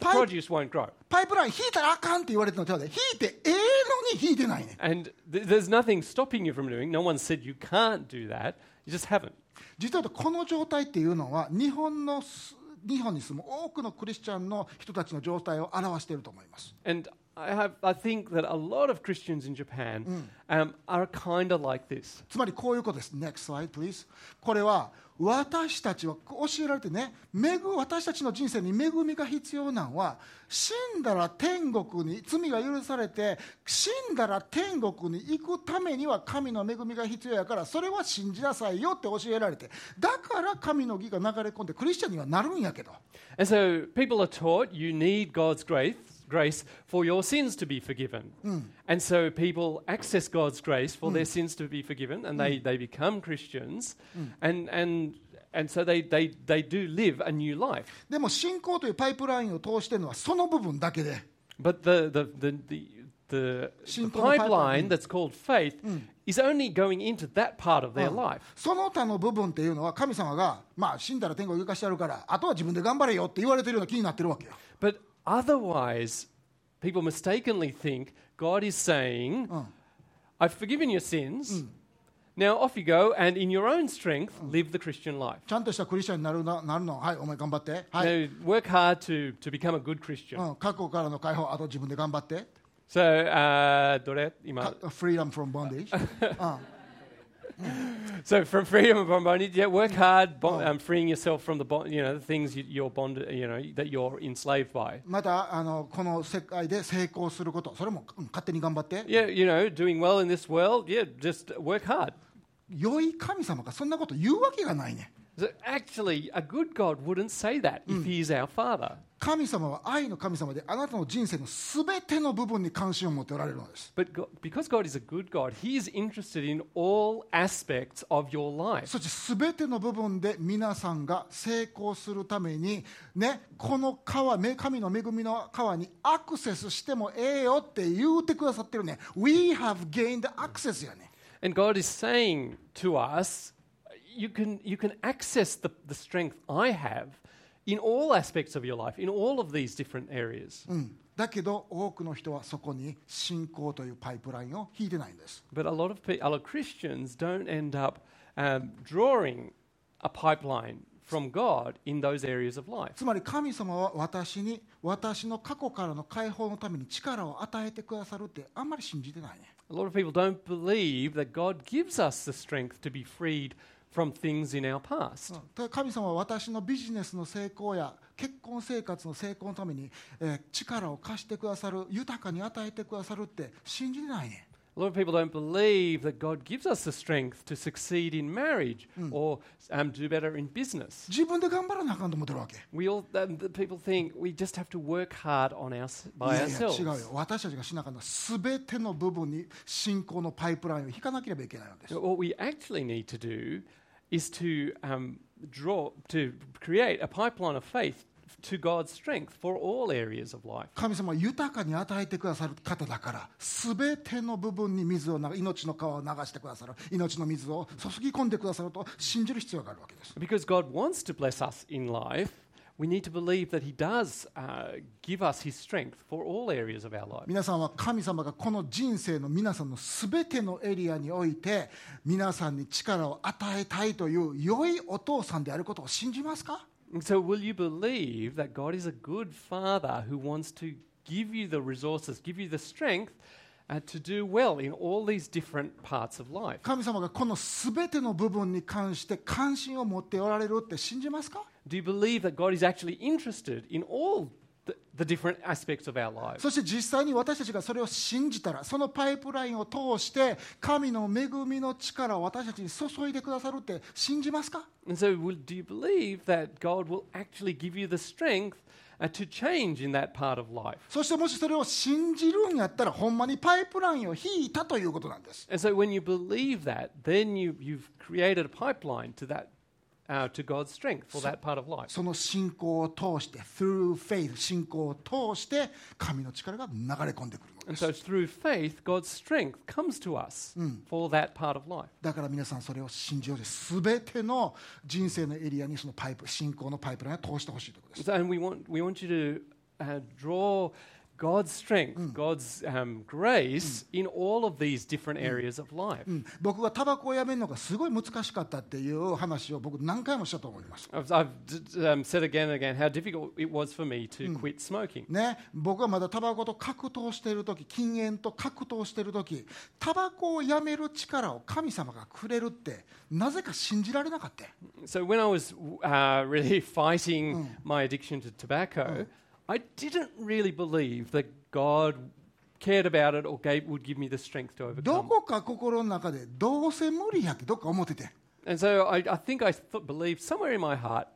Speaker 1: パイ
Speaker 2: produce won't grow.
Speaker 1: パイプライン引いたらあかんって言われてるのちゃうで引いてええのに引いてないねん
Speaker 2: And th- there's nothing stopping you from doing. No one said you can't do that. You just haven't.
Speaker 1: 実はこの状態っていうのは日本のす日本に住む多くのクリスチャンの人たちの状態を表していると思います
Speaker 2: And I, have, I think that a lot of Christians in Japan um, are kind of like this.
Speaker 1: つまりこういうことです Next slide please これは私たちは教えられてね恵私たちの人生に恵みが必要なのは死んだら天国に罪が許されて死んだら天国に行くためには神の恵みが必要やからそれは信じなさいよって教えられてだから神の義が流れ込んでクリスチャンにはなるんやけど
Speaker 2: And so people are taught you need God's grace, grace for your sins to be forgiven. And so people access God's grace for their sins to be forgiven and they, they become Christians. And, and, and so they, they, they do live a new life.
Speaker 1: でも信仰というパイプラインを通してるのはその部分だけで
Speaker 2: But the, the, the, the, the, the
Speaker 1: Shinko
Speaker 2: pipeline
Speaker 1: pipeline.
Speaker 2: that's called faith is only going into that part of their life.
Speaker 1: その他の部分っていうのは神様が、まあ、死んだら天国行かしてやるからあとは自分で頑張れよって言われてるような気になってるわけよ
Speaker 2: But otherwise, people mistakenly think God is saying, I've forgiven your sins. Now off you go, and in your own strength, live the Christian life.
Speaker 1: ちゃんとしたクリスチャンになるななるのはいお前頑張ってはい、
Speaker 2: You know, work hard to, to become a good Christian.
Speaker 1: うん、過去からの解放あと自分で頑張って
Speaker 2: So, uh, どれ今
Speaker 1: フリーダム from bondage
Speaker 2: (laughs)
Speaker 1: うん
Speaker 2: so from freedom of bondage, yeah, work hard, bon- um, freeing yourself from the bond, you know, the things you, you're bonded, you know, that you're enslaved by.
Speaker 1: またあのこの世界で成功することそれも、うん勝手に頑張って、
Speaker 2: Yeah, you know, doing well in this world. Yeah, just work hard.
Speaker 1: 良い神様がそんなこと言うわけがないねん
Speaker 2: So actually, a good God wouldn't say that if He is our Father.
Speaker 1: 神様は愛の神様であなたの人生のすべての部分に関心を持っておられるのです
Speaker 2: But God, because God is a good God, He is interested in all aspects of your life.
Speaker 1: そしてすべての部分で皆さんが成功するために、ね、この川、め神の恵みの川にアクセスしてもええよって言うてくださってるね。We have gained access やね。
Speaker 2: And God is saying to us, you can, you can access the, the strength I have in all aspects of your life, in all of these different areas.
Speaker 1: うん。だけど多くの人はそこに信仰というパイプラインを引いてないんです。
Speaker 2: But a lot of pe- a lot of Christians don't end up um, drawing a pipeline from God in those areas of life.
Speaker 1: つまり神様は私に私の過去からの解放のために力を与えてくださるってあんまり信じてないね。
Speaker 2: A lot of people don't believe that God gives us the strength to be freed from things in our past.
Speaker 1: ただ神様は私のビジネスの成功や結婚生活の成功のために、えー力を貸してくださる豊かに与えてくださるって信じてないね
Speaker 2: A lot of people don't believe that God gives us the strength to succeed in marriage or um, do better in business.
Speaker 1: 自分で頑張らなあかんと思ってるわけ
Speaker 2: We all um, the people think we just have to work hard on our,
Speaker 1: い
Speaker 2: by
Speaker 1: やいや
Speaker 2: ourselves.
Speaker 1: 違うよ私たちがしなあかんのは全ての部分に信仰のパイプラインを引かなければいけないのです
Speaker 2: But what we actually need to do is to um, draw to create a pipeline of faith to God's strength for all areas of life.
Speaker 1: 神様は豊かに与えてくださる方だから全ての部分に水を流命の川を流してくださる命の水を注ぎ込んでくださると信じる必要があるわけです
Speaker 2: Because God wants to bless us in life, we need to believe that He does uh, give us His strength for all areas of our life.
Speaker 1: 皆さんは神様がこの人生の皆さんのすべてのエリアにおいて皆さんに力を与えたいという良いお父さんであることを信じますか
Speaker 2: And so, will you believe that God is a good father who wants to give you the resources, give you the strength uh, to do well in all these different parts of life?
Speaker 1: 神様がこのすべての部分に関して関心を持っておられるって信じますか
Speaker 2: Do you believe that God is actually interested in all the, the different aspects of our lives?
Speaker 1: そして実際に私たちがそれを信じたらそのパイプラインを通して神の恵みの力を私たちに注いでくださるって信じますか
Speaker 2: And so, will, do you believe that God will actually give you the strength uh, to change in that part of life?
Speaker 1: そしてもしそれを信じるんやったらほんまにパイプラインを引いたということなんです
Speaker 2: And so, when you believe that, then you, you've created a pipeline to that. Uh, to God's strength for that part of life.
Speaker 1: その信仰を通して、through faith、信仰を通して、神の力が流れ込んでくるの
Speaker 2: And
Speaker 1: で
Speaker 2: so
Speaker 1: す。
Speaker 2: through faith, God's strength comes to us for that part of life.
Speaker 1: だから皆さん、それを信じようです。すべての人生のエリアにそのパイプ、信仰のパイプラインを通してほしいということです。
Speaker 2: So, and we want, we want you to uh, draw God's strength, God's um, grace in all of these different areas of life.
Speaker 1: うん僕がタバコをやめるのがすごい難しかったっていう話を僕何回もしたと思います。
Speaker 2: I've, I've d- d- um, said again and again how difficult it was for me to quit smoking.
Speaker 1: ね、僕はまだタバコと格闘している時禁煙と格闘している時タバコをやめる力を神様がくれるってなぜか信じられなかったよ
Speaker 2: So when I was uh, really (laughs) fighting my addiction to tobacco, I didn't really believe that God cared about it or gave, would give me the strength to
Speaker 1: ど
Speaker 2: overcome.
Speaker 1: こか心の中でどうせ無理やけどっか思ってて、
Speaker 2: And so I, I think I th- believed somewhere in my heart,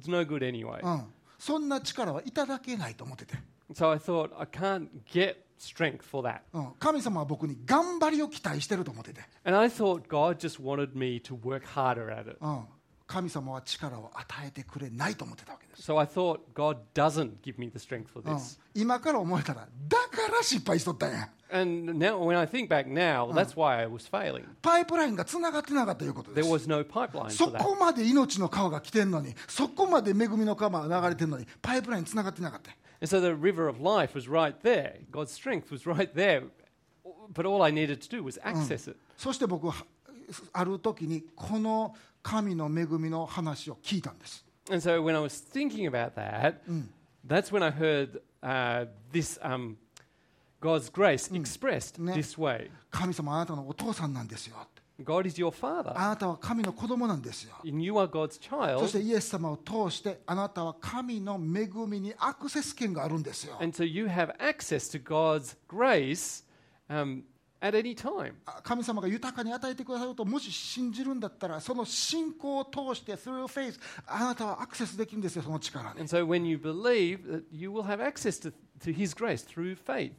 Speaker 2: it's no good anyway.
Speaker 1: うん、そんな力はいただけないと思ってて、
Speaker 2: So I thought, I can't get strength for that.
Speaker 1: うん、神様は僕に頑張りを期待してると思ってて、
Speaker 2: And I thought God just wanted me to work harder at it.
Speaker 1: うん、神様は力を与えてくれないと思ってたわけです、
Speaker 2: So I thought God doesn't give me the strength for
Speaker 1: うん
Speaker 2: this.
Speaker 1: 今から思えたらだから失敗しとったんや
Speaker 2: And now, when I think back now, that's why I was failing.
Speaker 1: パイプラインがつながってなかったということで
Speaker 2: There
Speaker 1: す
Speaker 2: was no pipeline
Speaker 1: そ
Speaker 2: for that.
Speaker 1: こまで命の川が来てんのにそこまで恵みの川が流れてんのにパイプラインつながってなかった
Speaker 2: And so the river of life was right there. God's strength was right there. But all I needed to do was access it.
Speaker 1: そして僕はある時にこの神の恵みの話を聞いたんです
Speaker 2: And so when I was thinking about that, that's when I heard uh, this um, God's grace expressed
Speaker 1: Ne.
Speaker 2: this way
Speaker 1: 神様あなたのお父さんなんですよって
Speaker 2: God is your father,
Speaker 1: あなたは神の子供なんですよ
Speaker 2: and you are God's
Speaker 1: そ
Speaker 2: child.
Speaker 1: してイエス様を通してあなたは神の恵みにアクセス権があるんですよ
Speaker 2: And so you have access to God's grace um, at any time.
Speaker 1: あ神様が豊かに与えてくださるともし信じるんだったらその信仰を通して through faith あなたはアクセスできるんですよその力に
Speaker 2: And so when you believe, that you will have access to, to His grace through faith.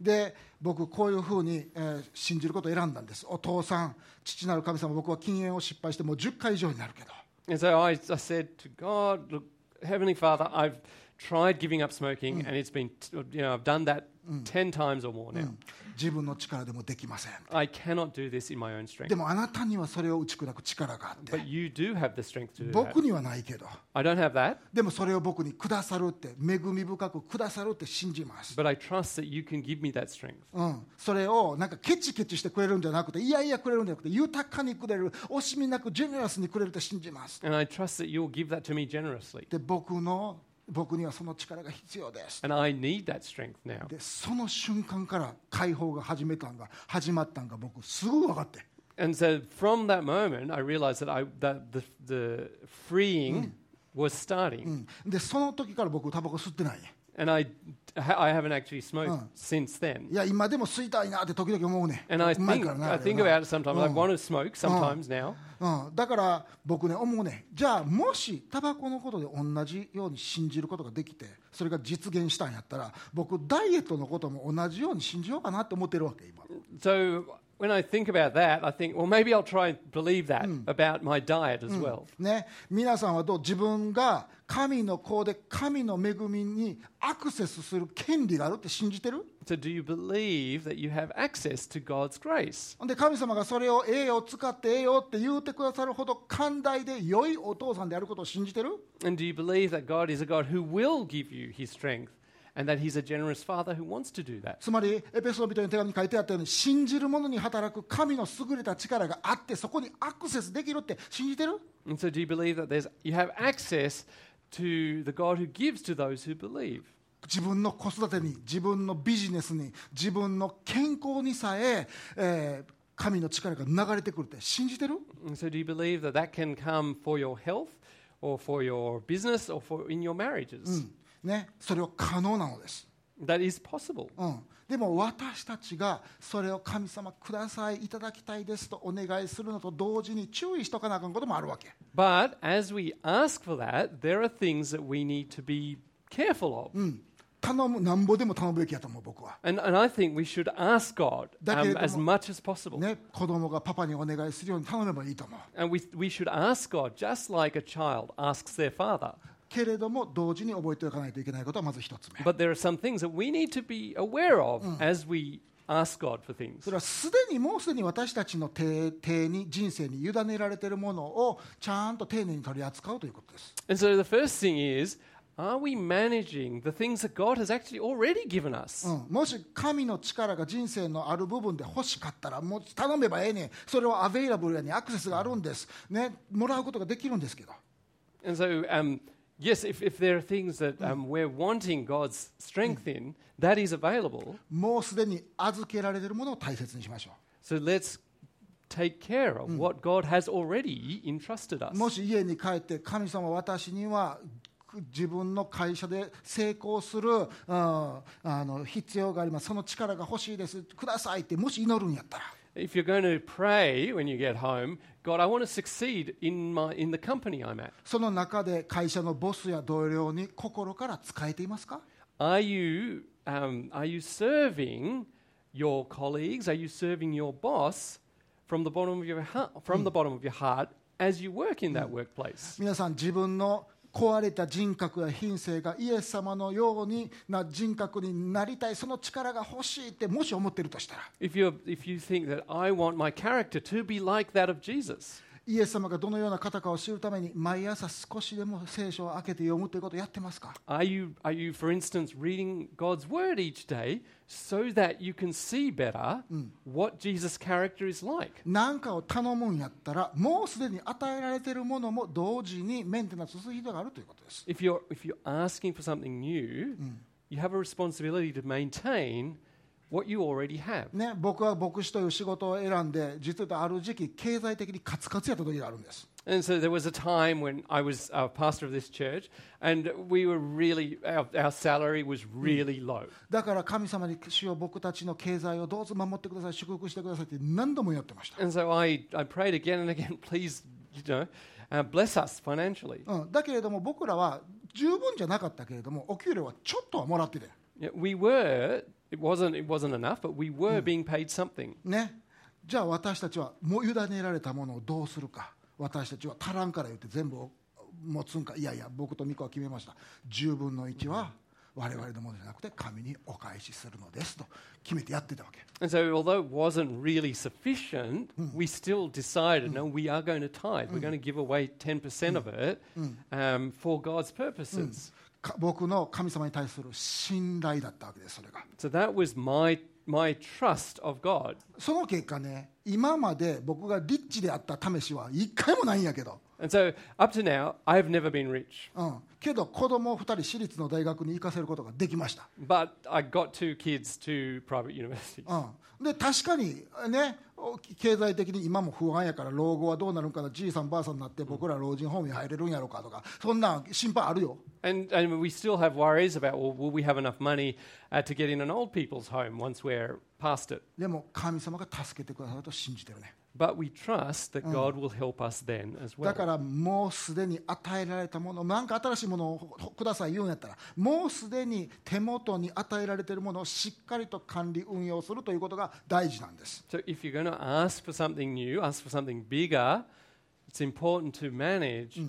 Speaker 1: で僕こういうふうに、えー信じることを選んだんですお父さん父なる神様僕は禁煙を失敗してもう10回以上になるけど
Speaker 2: And so I, I said to God, look, Heavenly Father, I've tried giving up smoking, and it's been, t- you know, I've done that 10 times or more now.
Speaker 1: Mm. 自分の力でもできません
Speaker 2: I cannot do this in my own strength.
Speaker 1: でもあなたにはそれを打ち砕く力があって
Speaker 2: But you do have the strength to do that.
Speaker 1: 僕にはないけど
Speaker 2: I don't have that,
Speaker 1: でもそれを僕にくださるって恵み深くくださるって信じます、
Speaker 2: but I trust that you can give me that strength.
Speaker 1: うん、それをなんかケチケチしてくれるんじゃなくていやいやくれるんじゃなくて豊かにくれる惜しみなくジェネラスにくれるって信じます
Speaker 2: And I trust that you'll give that to me generously.
Speaker 1: で僕の僕にはその力が必要です
Speaker 2: And I need that strength now.
Speaker 1: でその瞬間から解放が始めたんが始まったんが僕すぐ分かって、
Speaker 2: And so from that moment, I realized that, I, that the, the freeing was starting.
Speaker 1: うんでその時から僕タバコ吸ってないね
Speaker 2: And I, I haven't actually smoked since then.
Speaker 1: いや今でも吸いたいなって時々思うね
Speaker 2: And I
Speaker 1: うまい
Speaker 2: think,
Speaker 1: からな
Speaker 2: I
Speaker 1: あれ
Speaker 2: think
Speaker 1: な
Speaker 2: about it sometimes. I want to smoke sometimes now.
Speaker 1: うん、だから僕ね思うねじゃあもしタバコのことで同じように信じることができてそれが実現したんやったら僕ダイエットのことも同じように信じようかなって思ってるわけ今
Speaker 2: So when I think about that, I think, well, maybe I'll try and believe that about my diet as well.
Speaker 1: ね皆さんはどう自分が神の子で神の恵みにアクセスする権利があるって信じてる
Speaker 2: So do you believe that you have access to God's grace?
Speaker 1: ほんで神様がそれを栄養を使って栄養って言うてくださるほど寛大で良いお父さんであることを信じてる
Speaker 2: And do you believe that God is a God who will give you his strength and that he's a generous father who wants to do that?
Speaker 1: つまりエペソード人の手紙に書いてあったように信じる者に働く神の優れた力があってそこにアクセスできるって信じてる
Speaker 2: And so do you believe that there's, you have access to the God who gives to those who believe?
Speaker 1: 自分の子育てに自分のビジネスに自分の健康にさええー神の力が流れてくるって信じてる
Speaker 2: And so, do you believe that that can come for your health, or for your business, or for in your marriages?
Speaker 1: ね、それは可能なのです、
Speaker 2: That is possible.
Speaker 1: うん、でも私たちがそれを神様くださいいただきたいですとお願いするのと同時に注意しとかなあかんこともあるわけ
Speaker 2: But as we ask for that, there are things that we need to be careful of.
Speaker 1: 頼むなんぼでも頼むべきやと思う僕は
Speaker 2: And, and I think we should ask God
Speaker 1: Da
Speaker 2: um,
Speaker 1: che-
Speaker 2: as much as possible.
Speaker 1: ね、子供がパパにお願いするように頼めばいいと思う
Speaker 2: And we, we should ask God just like a child asks their father.
Speaker 1: けれども同時に覚えておかないといけないことはまず一つ目
Speaker 2: But there are some things that we need to be aware of as we ask God for things.
Speaker 1: それはすでにもうすでに私たちの手手に人生に委ねられているものをちゃんと丁寧に取り扱うということです
Speaker 2: And so the first thing is Are we managing the things that God has actually already given us?
Speaker 1: うん、もし神の力が人生のある部分で欲しかったらもう頼めばええねんそれはアベイラブルやねんアクセスがあるんです、ね、もらうことができるんですけど、
Speaker 2: And so, um, yes, if, if there are things that um, we're wanting God's strength in, that is available.
Speaker 1: もうすでに預けられてるものを大切にしましょ
Speaker 2: So let's take care of what God has already entrusted
Speaker 1: う
Speaker 2: us.
Speaker 1: もし家に帰って神様私には自分の会社で成功する、うん、あの必要がありますその力が欲しいですくださいってもし祈るんやったら
Speaker 2: If you're going to pray when you get home, God, I want to succeed in, my, in the company I'm at.
Speaker 1: その中で会社のボスや同僚に心から仕えていますか
Speaker 2: Are you, um, are you serving your colleagues? Are you serving your boss from the bottom of your, heart, from the bottom of your heart as you work in that workplace?
Speaker 1: 皆さん自分の壊れた人格や品性がイエス様のようにな人格になりたいその力が欲しいってもし思ってるとしたら
Speaker 2: If, you're, if you think that I want my character to be like that of Jesus,
Speaker 1: イエス様がどのような方かを知るために毎朝少しでも聖書を開けて読むということをやってますか
Speaker 2: are you, are you, for instance, reading God's word each day so that you can see better what Jesus' character is like?
Speaker 1: 何かを頼むんやったらもうすでに与えられているものも同時にメンテナンスする必要があるということです
Speaker 2: If you're, if you're asking for something new, you have a responsibility to maintain what you already have.
Speaker 1: ね、僕は牧師という仕事を選んで実はある時期経済的にカツカツやった時があるんです
Speaker 2: And so there was a time when I was a pastor of this church, and we were really, our, our salary was really low.
Speaker 1: だから神様に主よ僕たちの経済をどうぞ守ってください祝福してくださいって何度もやってました
Speaker 2: And so I, I prayed again and again, (laughs) please, you know, uh, bless us financially.
Speaker 1: うん、だけれども僕らは十分じゃなかったけれどもお給料はちょっとはもらってて、
Speaker 2: Yeah, We were, it wasn't, it wasn't enough, but we were being paid something.
Speaker 1: ね、じゃあ私たちはもう委ねられたものをどうするか私たちは足らんから言って全部持つんかいやいや僕とミコは決めました10分の1は我々のものじゃなくて神にお返しするのですと決めてやってたわけ
Speaker 2: And so although it wasn't really sufficient, we still decided, no, we are going to tithe. We're going to give away 10% of it um, for God's purposes.
Speaker 1: か僕の神様に対する信頼だったわけですそれが
Speaker 2: So that was my, my trust of God.
Speaker 1: その結果ね今まで僕がリッチであった試しは一回もないんやけど
Speaker 2: And so up to now, I've never been rich,
Speaker 1: うん、けど子供二人私立の大学に行かせることができました、
Speaker 2: but I got two kids to private (laughs) university.
Speaker 1: うん、で確かにねお経済的に今も不安やから老後はどうなるんかなじいさんばあさんになって僕ら老人ホームに入れるんやろうかとかそんなん心配あるよ
Speaker 2: And, and we still have worries about, well, will we have enough money uh, to get in an old people's home once we're past it?
Speaker 1: でも神様が助けてくださると信じてるね
Speaker 2: But we trust
Speaker 1: Hmm.
Speaker 2: that God will help us then as
Speaker 1: だか
Speaker 2: well.
Speaker 1: らもうすでに与えられたものなんか新しいものをほほください言うんやったらもうすでに手元に与えられているものをしっかりと管理運用するということが大事なんです
Speaker 2: So if you're going to ask for something new, ask for something bigger, it's important to manage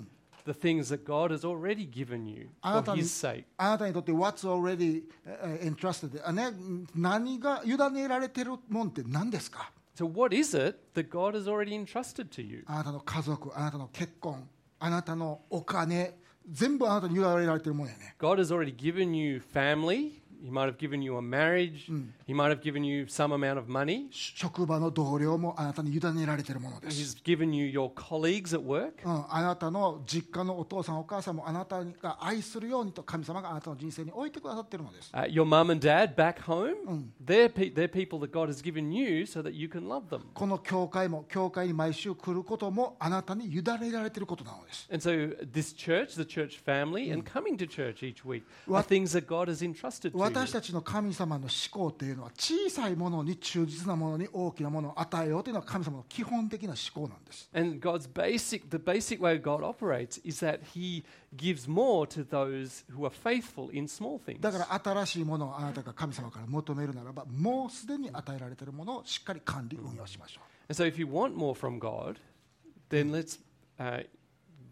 Speaker 2: the things that God has already given you
Speaker 1: Hmm. I
Speaker 2: for
Speaker 1: don't-
Speaker 2: His sake.
Speaker 1: あなたにとって What's already uh, entrusted あ、ね、何が委ねられてるもんって何ですか
Speaker 2: So what is it that God has already entrusted to you?
Speaker 1: あなたの家族あなたの結婚あなたのお金全部あなたに委ねられてるもんやね
Speaker 2: God has already given you family. He might have given you a marriage. He might have given you some amount of money.
Speaker 1: し職場の同僚もあなたに委ねられてるものです
Speaker 2: He's given you your colleagues at work.
Speaker 1: うん、あなたの実家のお父さんお母さんもあなたが愛するようにと神様があなたの人生に置いてくださってるのです
Speaker 2: Uh, your mum and dad back home, they're, pe- they're people that God has given you so that you can love them.
Speaker 1: この教会も教会に毎週来ることもあなたに委ねられてることなのです
Speaker 2: And so, this church, the church family, and coming to church each week are
Speaker 1: What-
Speaker 2: things that God has entrusted to
Speaker 1: 私
Speaker 2: you.
Speaker 1: たちの神様の思考というのは小さいものに忠実なものに大きなものを与えようというのは神様の基本的な思考なんです
Speaker 2: And God's basic, the basic way God operates is that He gives more to those who are faithful in small things.
Speaker 1: だから新しいものをあなたが神様から求めるならばもうすでに与えられているものをしっかり管理運用しましょ
Speaker 2: And so, if you want more from God, then let's uh,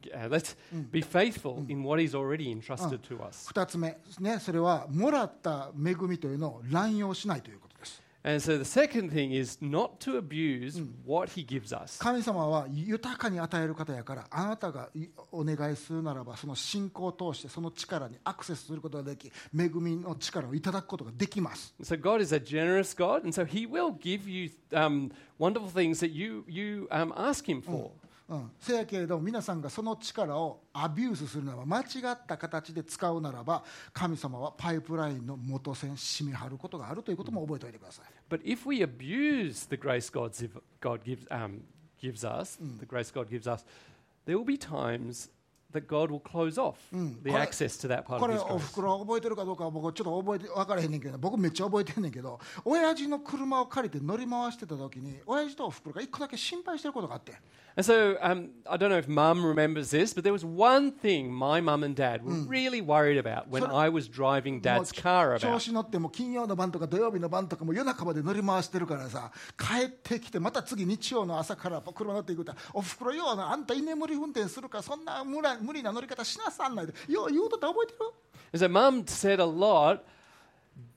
Speaker 2: g- uh, let's be faithful in what He's already entrusted to
Speaker 1: う
Speaker 2: us.
Speaker 1: 2つ目、ね、それはもらった恵みというのを乱用しないということです
Speaker 2: And so the second thing is not to abuse what he gives us.
Speaker 1: 神様は豊かに与える方やからあなたがいお願いするならばその信仰を通してその力にアクセスすることができ恵みの力をいただくことができます
Speaker 2: And So God is a generous God, and so He will give you um, wonderful things that you you um, ask Him for.
Speaker 1: うん、せやけれども皆さんがその力をアビュースするならば間違った形で使うならば神様はパイプラインの元栓締め張ることがあるということも覚えておいてください
Speaker 2: But if we abuse the grace God's, God gives um, gives us,
Speaker 1: Hmm.
Speaker 2: the grace God gives us, there will be times that God will close off the
Speaker 1: Correct.
Speaker 2: access to that part
Speaker 1: こ
Speaker 2: of
Speaker 1: れ
Speaker 2: His
Speaker 1: お
Speaker 2: grace.
Speaker 1: ふくろ覚えてるかどうかは僕ちょっと覚えて分からへんねんけど僕めっちゃ覚えてんねんけど親父の車を借りて乗り回してた時に親父とおふくろが一個だけ心配してることがあってん
Speaker 2: And so um, I don't know if Mum remembers this, but there was one thing my Mum and Dad were really worried about when
Speaker 1: Hmm. Sort of-
Speaker 2: I was driving Dad's
Speaker 1: もう
Speaker 2: car
Speaker 1: 調
Speaker 2: about.
Speaker 1: 子乗ってもう金曜の晩とか土曜日の晩とかも夜中まで乗り回してるからさ帰ってきてまた次日曜の朝から車乗っていくとおふくろようなあんた居眠り運転するからそんな無理無理な乗り方しなさんないでよう言うとった覚えてる
Speaker 2: And so Mum said a lot,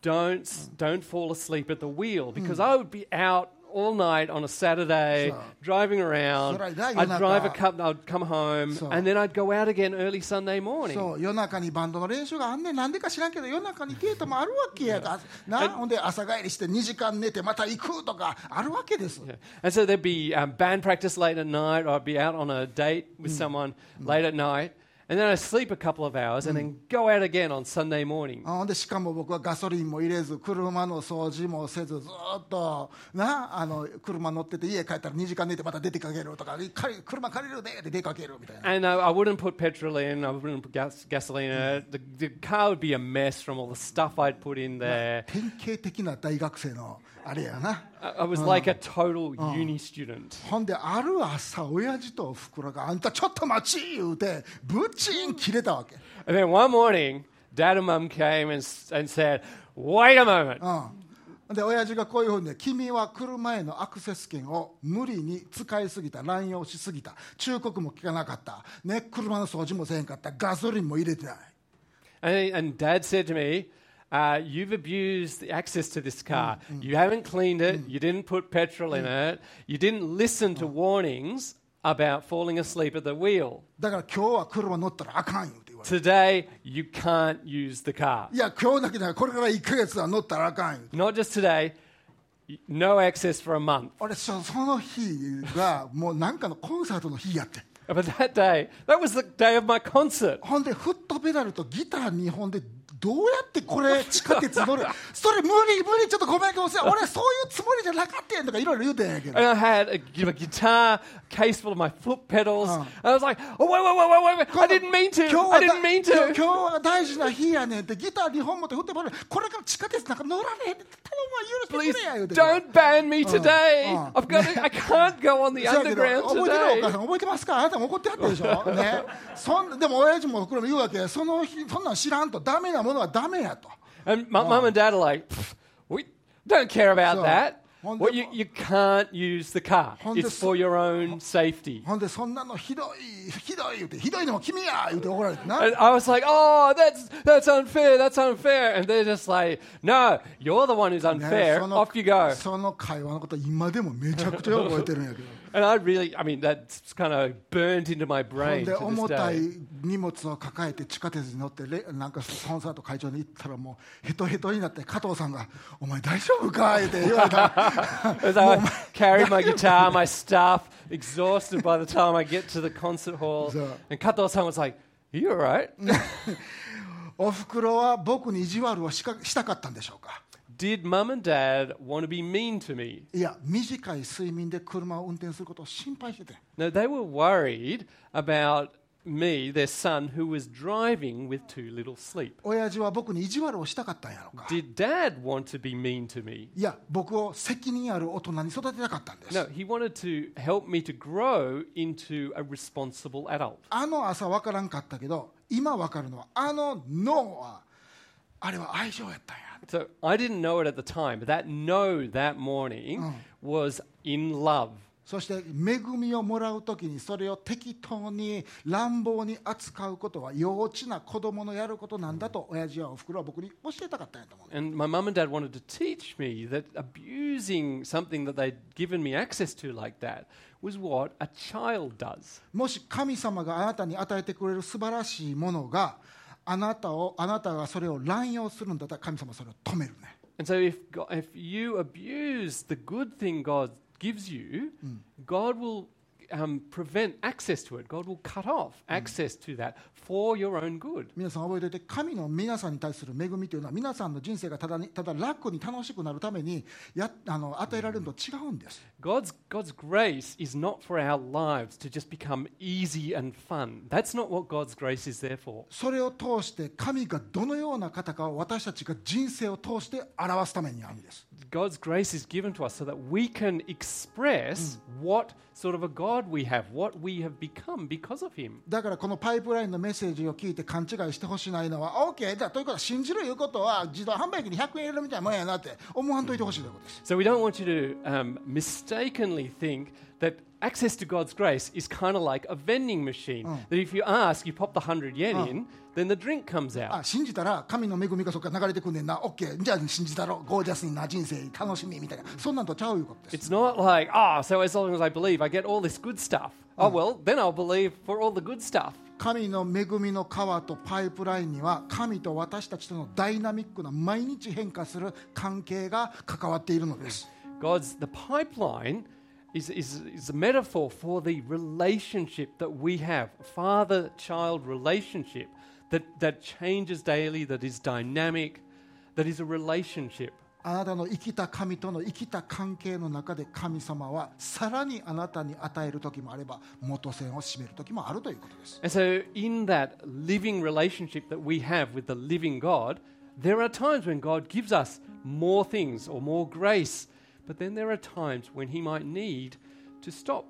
Speaker 2: "Don't s- don't fall asleep at the wheel,"
Speaker 1: Hmm.
Speaker 2: because I would be out all night on a Saturday
Speaker 1: Sure.
Speaker 2: driving around.
Speaker 1: Sure, that you're
Speaker 2: I'd
Speaker 1: not
Speaker 2: drive a
Speaker 1: bad.
Speaker 2: cup, I'd come home,
Speaker 1: So-
Speaker 2: and then I'd go out again early Sunday morning.
Speaker 1: そう夜中にバンドの練習があんねんなんでか知らんけど夜中にデートもあるわけやから
Speaker 2: (laughs)
Speaker 1: なほんで朝帰りして2時間寝てまた行くとかあるわけです、
Speaker 2: Yeah. And so there'd be um, band practice late at night, or I'd be out on a date with
Speaker 1: Hmm.
Speaker 2: someone late at night, and then I'd sleep a couple of hours
Speaker 1: Hmm.
Speaker 2: and then go out again on Sunday morning.
Speaker 1: ほんでしかも僕はガソリンも入れず車の掃除もせずずーっとなあの車乗ってて家帰ったら2時間寝てまた出てかけるとか借り車借りるでって出かけるみたいな
Speaker 2: And uh, I, I wouldn't put petrol in, I wouldn't put gas, gasoline in
Speaker 1: Hmm.
Speaker 2: it. The, the car would be a mess from all the stuff I'd put in there.
Speaker 1: 典型的な大学生のあれやな
Speaker 2: I, I was like a total uni student.
Speaker 1: ほんである朝親父とおふくろが「あんたちょっと待ち!」言うてブチン切れたわけ、
Speaker 2: And then one morning, dad and mum came and, s- and said, Wait a
Speaker 1: Oh.
Speaker 2: moment.
Speaker 1: うん、で親父がこういうふうにね「君は車へのアクセス権を無理に使いすぎた乱用しすぎた忠告も聞かなかった、ね、車の掃除もせへんかったガソリンも入れてない」
Speaker 2: And, and dad said to me, uh, You've abused the access to this car. You haven't cleaned it. You didn't put petrol in it. You didn't listen to warnings about falling asleep at the wheel.
Speaker 1: だから今日は車乗ったらあかんよって言われて。
Speaker 2: Today, you can't use the car.
Speaker 1: いや今日だけじゃないこれから1ヶ月は乗ったらあかんよ
Speaker 2: Not just today, y- no access for a month. (laughs)
Speaker 1: 俺そその日がもうなんかのコンサートの日やってん
Speaker 2: But that day, that was the day of my concert.
Speaker 1: ほんでフットペダルとギター2本でどうやってこれ地下鉄乗るそれ無理無理ちょっとごめんごめん俺そういうつもりじゃなかったやんとかいろいろ言うてんやけど
Speaker 2: (laughs) And I had a, gu- a guitar, a case full of my foot pedals.
Speaker 1: Uh.
Speaker 2: And I was like, oh, wait, wait, wait, wait, wait, wait. I didn't mean
Speaker 1: 今
Speaker 2: to.
Speaker 1: 日
Speaker 2: I
Speaker 1: はだ
Speaker 2: didn't mean
Speaker 1: 今日
Speaker 2: to.
Speaker 1: 今日は大事な日やねんってギター2本持って振ってもらうこれから地下鉄なんか乗られへんって頼むわ許して
Speaker 2: Please
Speaker 1: くれや言うて
Speaker 2: don't ban me today.
Speaker 1: uh.
Speaker 2: I've got to, I can't go on the
Speaker 1: そうやけど
Speaker 2: underground
Speaker 1: 覚えてるお母
Speaker 2: today.
Speaker 1: さん覚えてますかあなたも怒ってはったでしょ、
Speaker 2: (laughs)
Speaker 1: ね、そんでも親父もおふくろも言うわけその日そんなん知らんとダメなものはダメやと
Speaker 2: And my mum and dad are like, "Pff, we don't care about
Speaker 1: So,
Speaker 2: that.
Speaker 1: on
Speaker 2: Well,
Speaker 1: the-
Speaker 2: you, you can't use the car.
Speaker 1: On the
Speaker 2: It's for
Speaker 1: s-
Speaker 2: your own safety.
Speaker 1: ほんでそんなのひどいひどい言うてひどいのも君や言うて怒られてな
Speaker 2: And I was like, oh, that's, that's unfair, that's unfair. And they're just like, no, you're the one who's
Speaker 1: ね
Speaker 2: unfair.
Speaker 1: その
Speaker 2: Off you go.
Speaker 1: その会話のこと今でもめちゃくちゃよく覚えてるんやけど
Speaker 2: And I really, I mean, that's kind of burned into my
Speaker 1: ほん
Speaker 2: brain.
Speaker 1: で
Speaker 2: To this
Speaker 1: 重たい
Speaker 2: day.
Speaker 1: 荷物を抱えて地下鉄に乗ってレなんかコンサート会場に行ったらもうヘトヘトになって加藤さんが「お前大丈夫か?」って言われ
Speaker 2: (laughs)
Speaker 1: た
Speaker 2: As I carried my guitar, my stuff, exhausted by the time I get to the concert hall.
Speaker 1: So-
Speaker 2: And Kato-san was like, are you all right?
Speaker 1: おふくろは僕に意地悪をしかしたかったんでしょうか
Speaker 2: Did mum and dad want to be mean to me?
Speaker 1: いや短い睡眠で車を運転することを心配してて
Speaker 2: No, they were worried about me, their son, who was driving with too little sleep.
Speaker 1: 親父は僕に意地悪をしたかったんやろうか
Speaker 2: Did dad want to be mean to me?
Speaker 1: いや僕を責任ある大人に育てたかったんです
Speaker 2: No, he wanted to help me to grow into a responsible adult.
Speaker 1: あの朝分からんかったけど今分かるのはあの「脳はあれは愛情やったんや
Speaker 2: So I didn't know it at the time, but that no that morning was in love.
Speaker 1: そして恵みをもらうときにそれを適当に乱暴に扱うことは幼稚な子供のやることなんだと親父やおふくろは僕に教えたかったんやと思う
Speaker 2: And my mum and dad wanted to teach me that abusing something that they'd given me access to like that was what a child does.
Speaker 1: もし神様があなたに与えてくれる素晴らしいものがあなたをあなたがそれを乱用するんだったら神様はそれを止めるね
Speaker 2: And so if, go if you abuse the good thing God gives you, God will um, prevent access to it. God will cut off access to that for your own good.
Speaker 1: 皆さん覚えておいて神の皆さんに対する恵みというのは皆さんの人生がただにただ楽に楽しくなるためにやあの与えられるのと違うんです
Speaker 2: God's, God's grace is not for our lives to just become easy and fun. That's not what God's grace is there for.
Speaker 1: それを通して神がどのような方かを私たちが人生を通して表すためにあるんです
Speaker 2: God's grace is given to us so that we can express what sort of a God we have, what we have become because of Him.
Speaker 1: だからこのパイプラインのメッセージを聞いて勘違いしてほしないのは OK だということは信じるいうことは自動販売機に100円入れるみたいなもんやなって思わんといてほしいということです
Speaker 2: So we don't want you to um, mistakenly think that access to God's grace is kind of like a vending machine. That if you ask, you pop the 100 yen in, then the drink comes out.
Speaker 1: あ信じたら神の恵みがそこから流れてくんねんな OK じゃあ信じたろゴージャスにな人生楽しみみたいなそんなんとちゃういうことです
Speaker 2: It's not like, ah, so as long as I believe, I get all this good stuff. Oh, well, then I'll believe for all the good stuff.
Speaker 1: 神の恵みの川とパイプラインには神と私たちとのダイナミックな毎日変化する関係が関わっているのです
Speaker 2: God's the pipeline is, is, is a metaphor for the relationship that we have, father child relationship that, that changes daily, that is dynamic, that is a relationship.
Speaker 1: あなたの生きた神との生きた関係の中で神様はさらにあなたに与える時もあれば元栓を閉める時もあるということです
Speaker 2: And so, in that living relationship that we have with the living God, there are times when God gives us more things or more grace, but then there are times when He might need to stop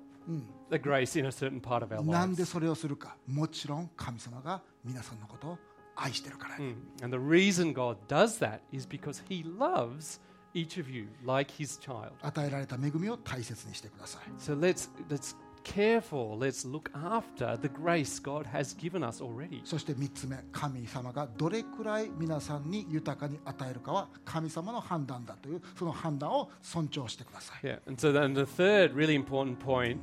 Speaker 2: the grace in a certain part of our
Speaker 1: なんで
Speaker 2: lives.
Speaker 1: それをするかもちろん神様が皆さんのことを愛してるから、
Speaker 2: Mm. And the reason God does that is because He loves each of you like His child.
Speaker 1: 与えられた恵みを大切にしてください
Speaker 2: So, let's, let's care for, let's look after the grace God has given us already.
Speaker 1: そして3つ目神様がどれくらい皆さんに豊かに与えるかは神様の判断だというその判断を尊重してください
Speaker 2: Yeah, and so then the third really important point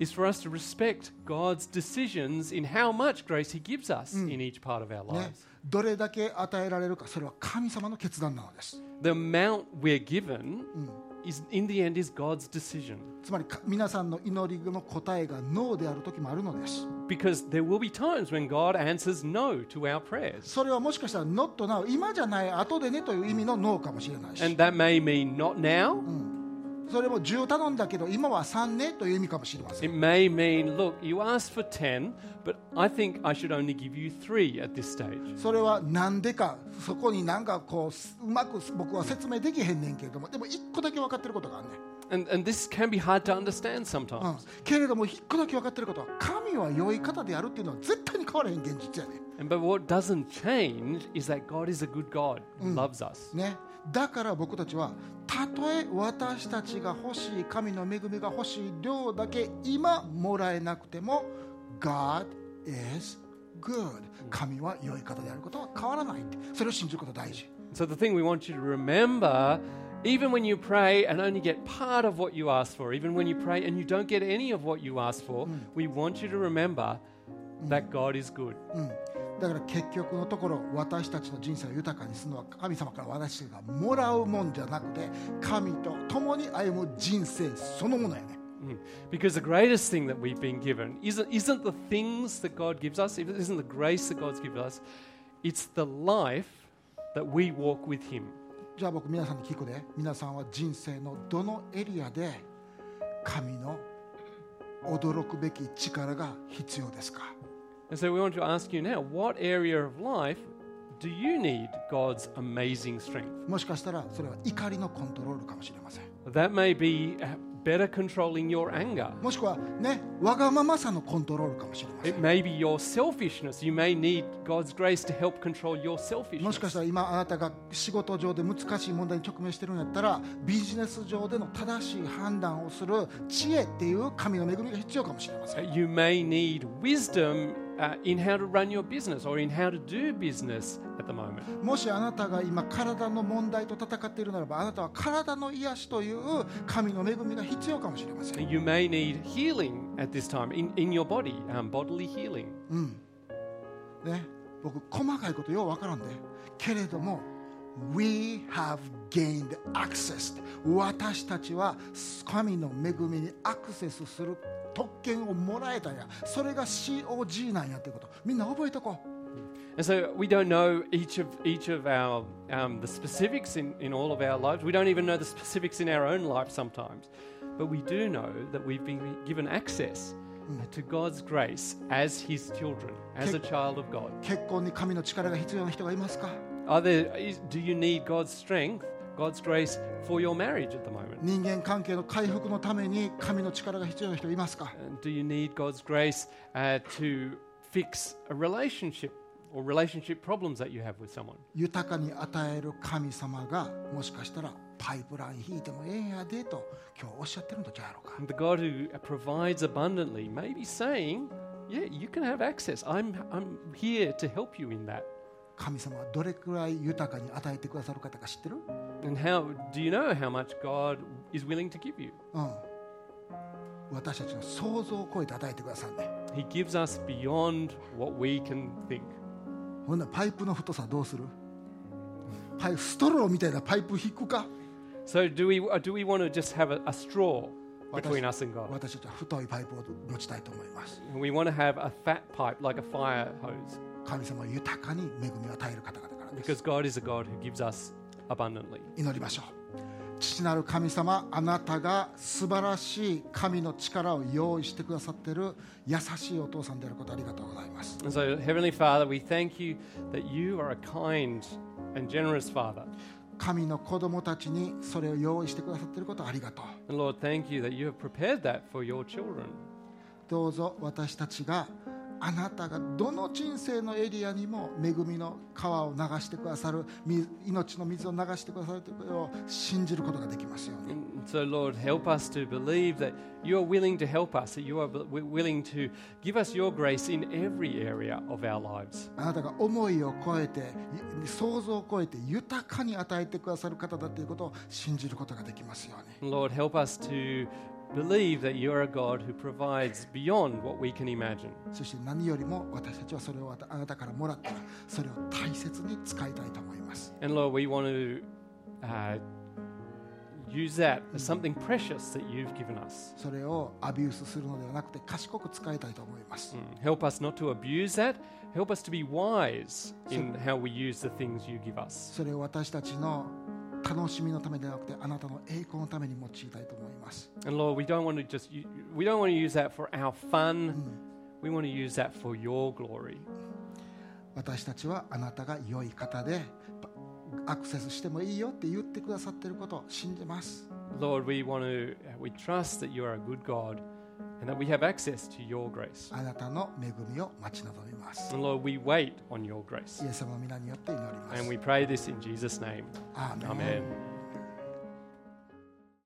Speaker 2: is for us to respect God's decisions in how much grace He gives us in each part of our
Speaker 1: ね
Speaker 2: lives.
Speaker 1: どれだけ与えられるかそれは神様の決断なのです
Speaker 2: The amount we're given is, in the end, is God's decision.
Speaker 1: つまりか皆さんの祈りの答えがノーである時もあるのです
Speaker 2: Because there will be times when God answers no to our prayers.
Speaker 1: それはもしかしたら「not now」今じゃない後でねという意味のノーかもしれない
Speaker 2: And
Speaker 1: し
Speaker 2: that may mean not now.
Speaker 1: それも10頼んだけど今は3ねという意味かもしれません
Speaker 2: It may mean, look, you asked for 10, but I think I should only give you 3 at this stage.
Speaker 1: それはなんでかそこになんかこうすうまく僕は説明できへんねんけれどもでも1個だけ分かってることがあるねん
Speaker 2: And, and this can be hard to understand
Speaker 1: う
Speaker 2: sometimes.
Speaker 1: ん、けれども一個だけ分かってることは神は良い方であるっていうのは絶対に変わらへん現実やね
Speaker 2: And but what doesn't change is that God is a good God who loves us.
Speaker 1: ねだから僕たちはたとえ私たちが欲しい神の恵みが欲しい量だけ今もらえなくても God is good 神は良い方であることは変わらないってそれを信じることが大事
Speaker 2: So the thing we want you to remember, even when you pray and only get part of what you ask for, even when you pray and you don't get any of what you ask for, we want you to remember that God is good.
Speaker 1: だから結局のところ私たちの人生を豊かにするのは神様から私たちがもらうもんじゃなくて神と共に歩む人生そのものやね
Speaker 2: Mm. Because the greatest thing that we've been given isn't, isn't the things that God gives us, it isn't the grace that God's given us, it's the life that we walk with Him.
Speaker 1: じゃあ僕皆さんに聞くで皆さんは人生のどのエリアで神の驚くべき力が必要ですか
Speaker 2: And so we want to ask you now what area of life do you need God's amazing strength?
Speaker 1: もしかしたらそれは怒りのコントロールかもしれません
Speaker 2: That may be uh, better controlling your anger.
Speaker 1: もしくはねわがままさのコントロールかもしれません
Speaker 2: It may be your selfishness. You may need God's grace to help control your
Speaker 1: もしか
Speaker 2: selfishness.
Speaker 1: したら今あなたが仕事上で難しい問題に直面してるんやったらビジネス上での正しい判断をする知恵っていう神の恵みが必要かもしれません
Speaker 2: Uh, You may need wisdom uh, in how to run your business or in how to do business at the moment.
Speaker 1: もしあなたが今体の問題と戦っているならばあなたは体の癒しという神の恵みが必要かもしれません
Speaker 2: You may need healing at this time in, in your body, um, bodily healing.
Speaker 1: ね僕細かいことようわからんでけれども We have gained access 私たちは神の恵みにアクセスする特権をもらえたんやそれが COG なんやってことみんな覚えとこう
Speaker 2: And so we don't know each of each of our um, the specifics in, in all of our lives. We don't even know the specifics in our own life sometimes, but we do know that we've been given access to God's grace as His children, as a
Speaker 1: Kick-
Speaker 2: child of God.
Speaker 1: 結婚に神の力が必要な人がいますか
Speaker 2: Are there? Is, do you need God's strength, God's grace for your marriage at the moment?
Speaker 1: 人間関係の回復のために神の力が必要な人いますか
Speaker 2: And do you need God's grace uh, to fix a relationship or relationship problems that you have with someone?
Speaker 1: 豊かに与える神様がもしかしたらパイプライン引いてもええんやでと今日おっしゃってるんとちゃうやろうか
Speaker 2: And the God who uh, provides abundantly may be saying, Yeah, you can have access. I'm, I'm here to help you in that.
Speaker 1: 神様はどれくらい豊かに与えてくださる方か知ってる、
Speaker 2: And how do you know how much God is willing to give you?
Speaker 1: うん、私たちの想像を超えて与えてくださるね
Speaker 2: He gives us beyond what we can think.
Speaker 1: ほんならパイプの太さどうするパイストローみたいなパイプ引くか
Speaker 2: So, do we, uh, do we want to just have a, a straw between us and God?
Speaker 1: 私たちは太いパイプを持ちたいと思います
Speaker 2: And we want to have a fat pipe like a fire hose
Speaker 1: 神様は豊かに恵みを与える方々からです
Speaker 2: because God is a God who gives us abundantly.
Speaker 1: 祈りましょう父なる神様あなたが素晴らしい神の力を用意してくださっている優しいお父さんであることありがとうございます
Speaker 2: And so, Heavenly Father, we thank you that you are a kind and generous Father.
Speaker 1: 神の子供たちにそれを用意してくださっていることありがとう
Speaker 2: And Lord, thank you that you have prepared that for your children.
Speaker 1: どうぞ私たちがあなたがどの人生のエリアにも恵みの川を流してくださるみ命の水を流してくださるということを信じることができますように
Speaker 2: And so, Lord, help us to believe that you are willing to help us, that you are wi- willing to give us your grace in every area of our lives.
Speaker 1: あなたが思いを超えてい想像を超えて豊かに与えてくださる方だということを信じることができますように
Speaker 2: And Lord, help us to believe that you are a God who provides beyond what we can imagine.
Speaker 1: そして何よりも私たちはそれをあなたからもらったらそれを大切に使いたいと思います
Speaker 2: And Lord, we want to uh, use that as something precious that you've given us.
Speaker 1: それをアビュースするのではなくて賢く使いたいと思います、
Speaker 2: Mm, Help us not to abuse that. Help us to be wise in how we use the things you give us.
Speaker 1: それを私たちの楽しみのためではなくてあなたの栄光のために用いたいと思います
Speaker 2: And Lord, we don't want to just u- we don't want to use that for our fun. We want to use that for your glory.
Speaker 1: 私たちはあなたが良い方でアクセスしてもいいよって言ってくださっていることを信じます
Speaker 2: Lord, we want to we trust that you are a good God and that we have access to your grace.
Speaker 1: あなたの恵みを待ち望みます
Speaker 2: And Lord, we wait on your grace.
Speaker 1: イエス様の皆によって祈ります
Speaker 2: And we pray this in Jesus name.
Speaker 1: アーメン
Speaker 2: Amen.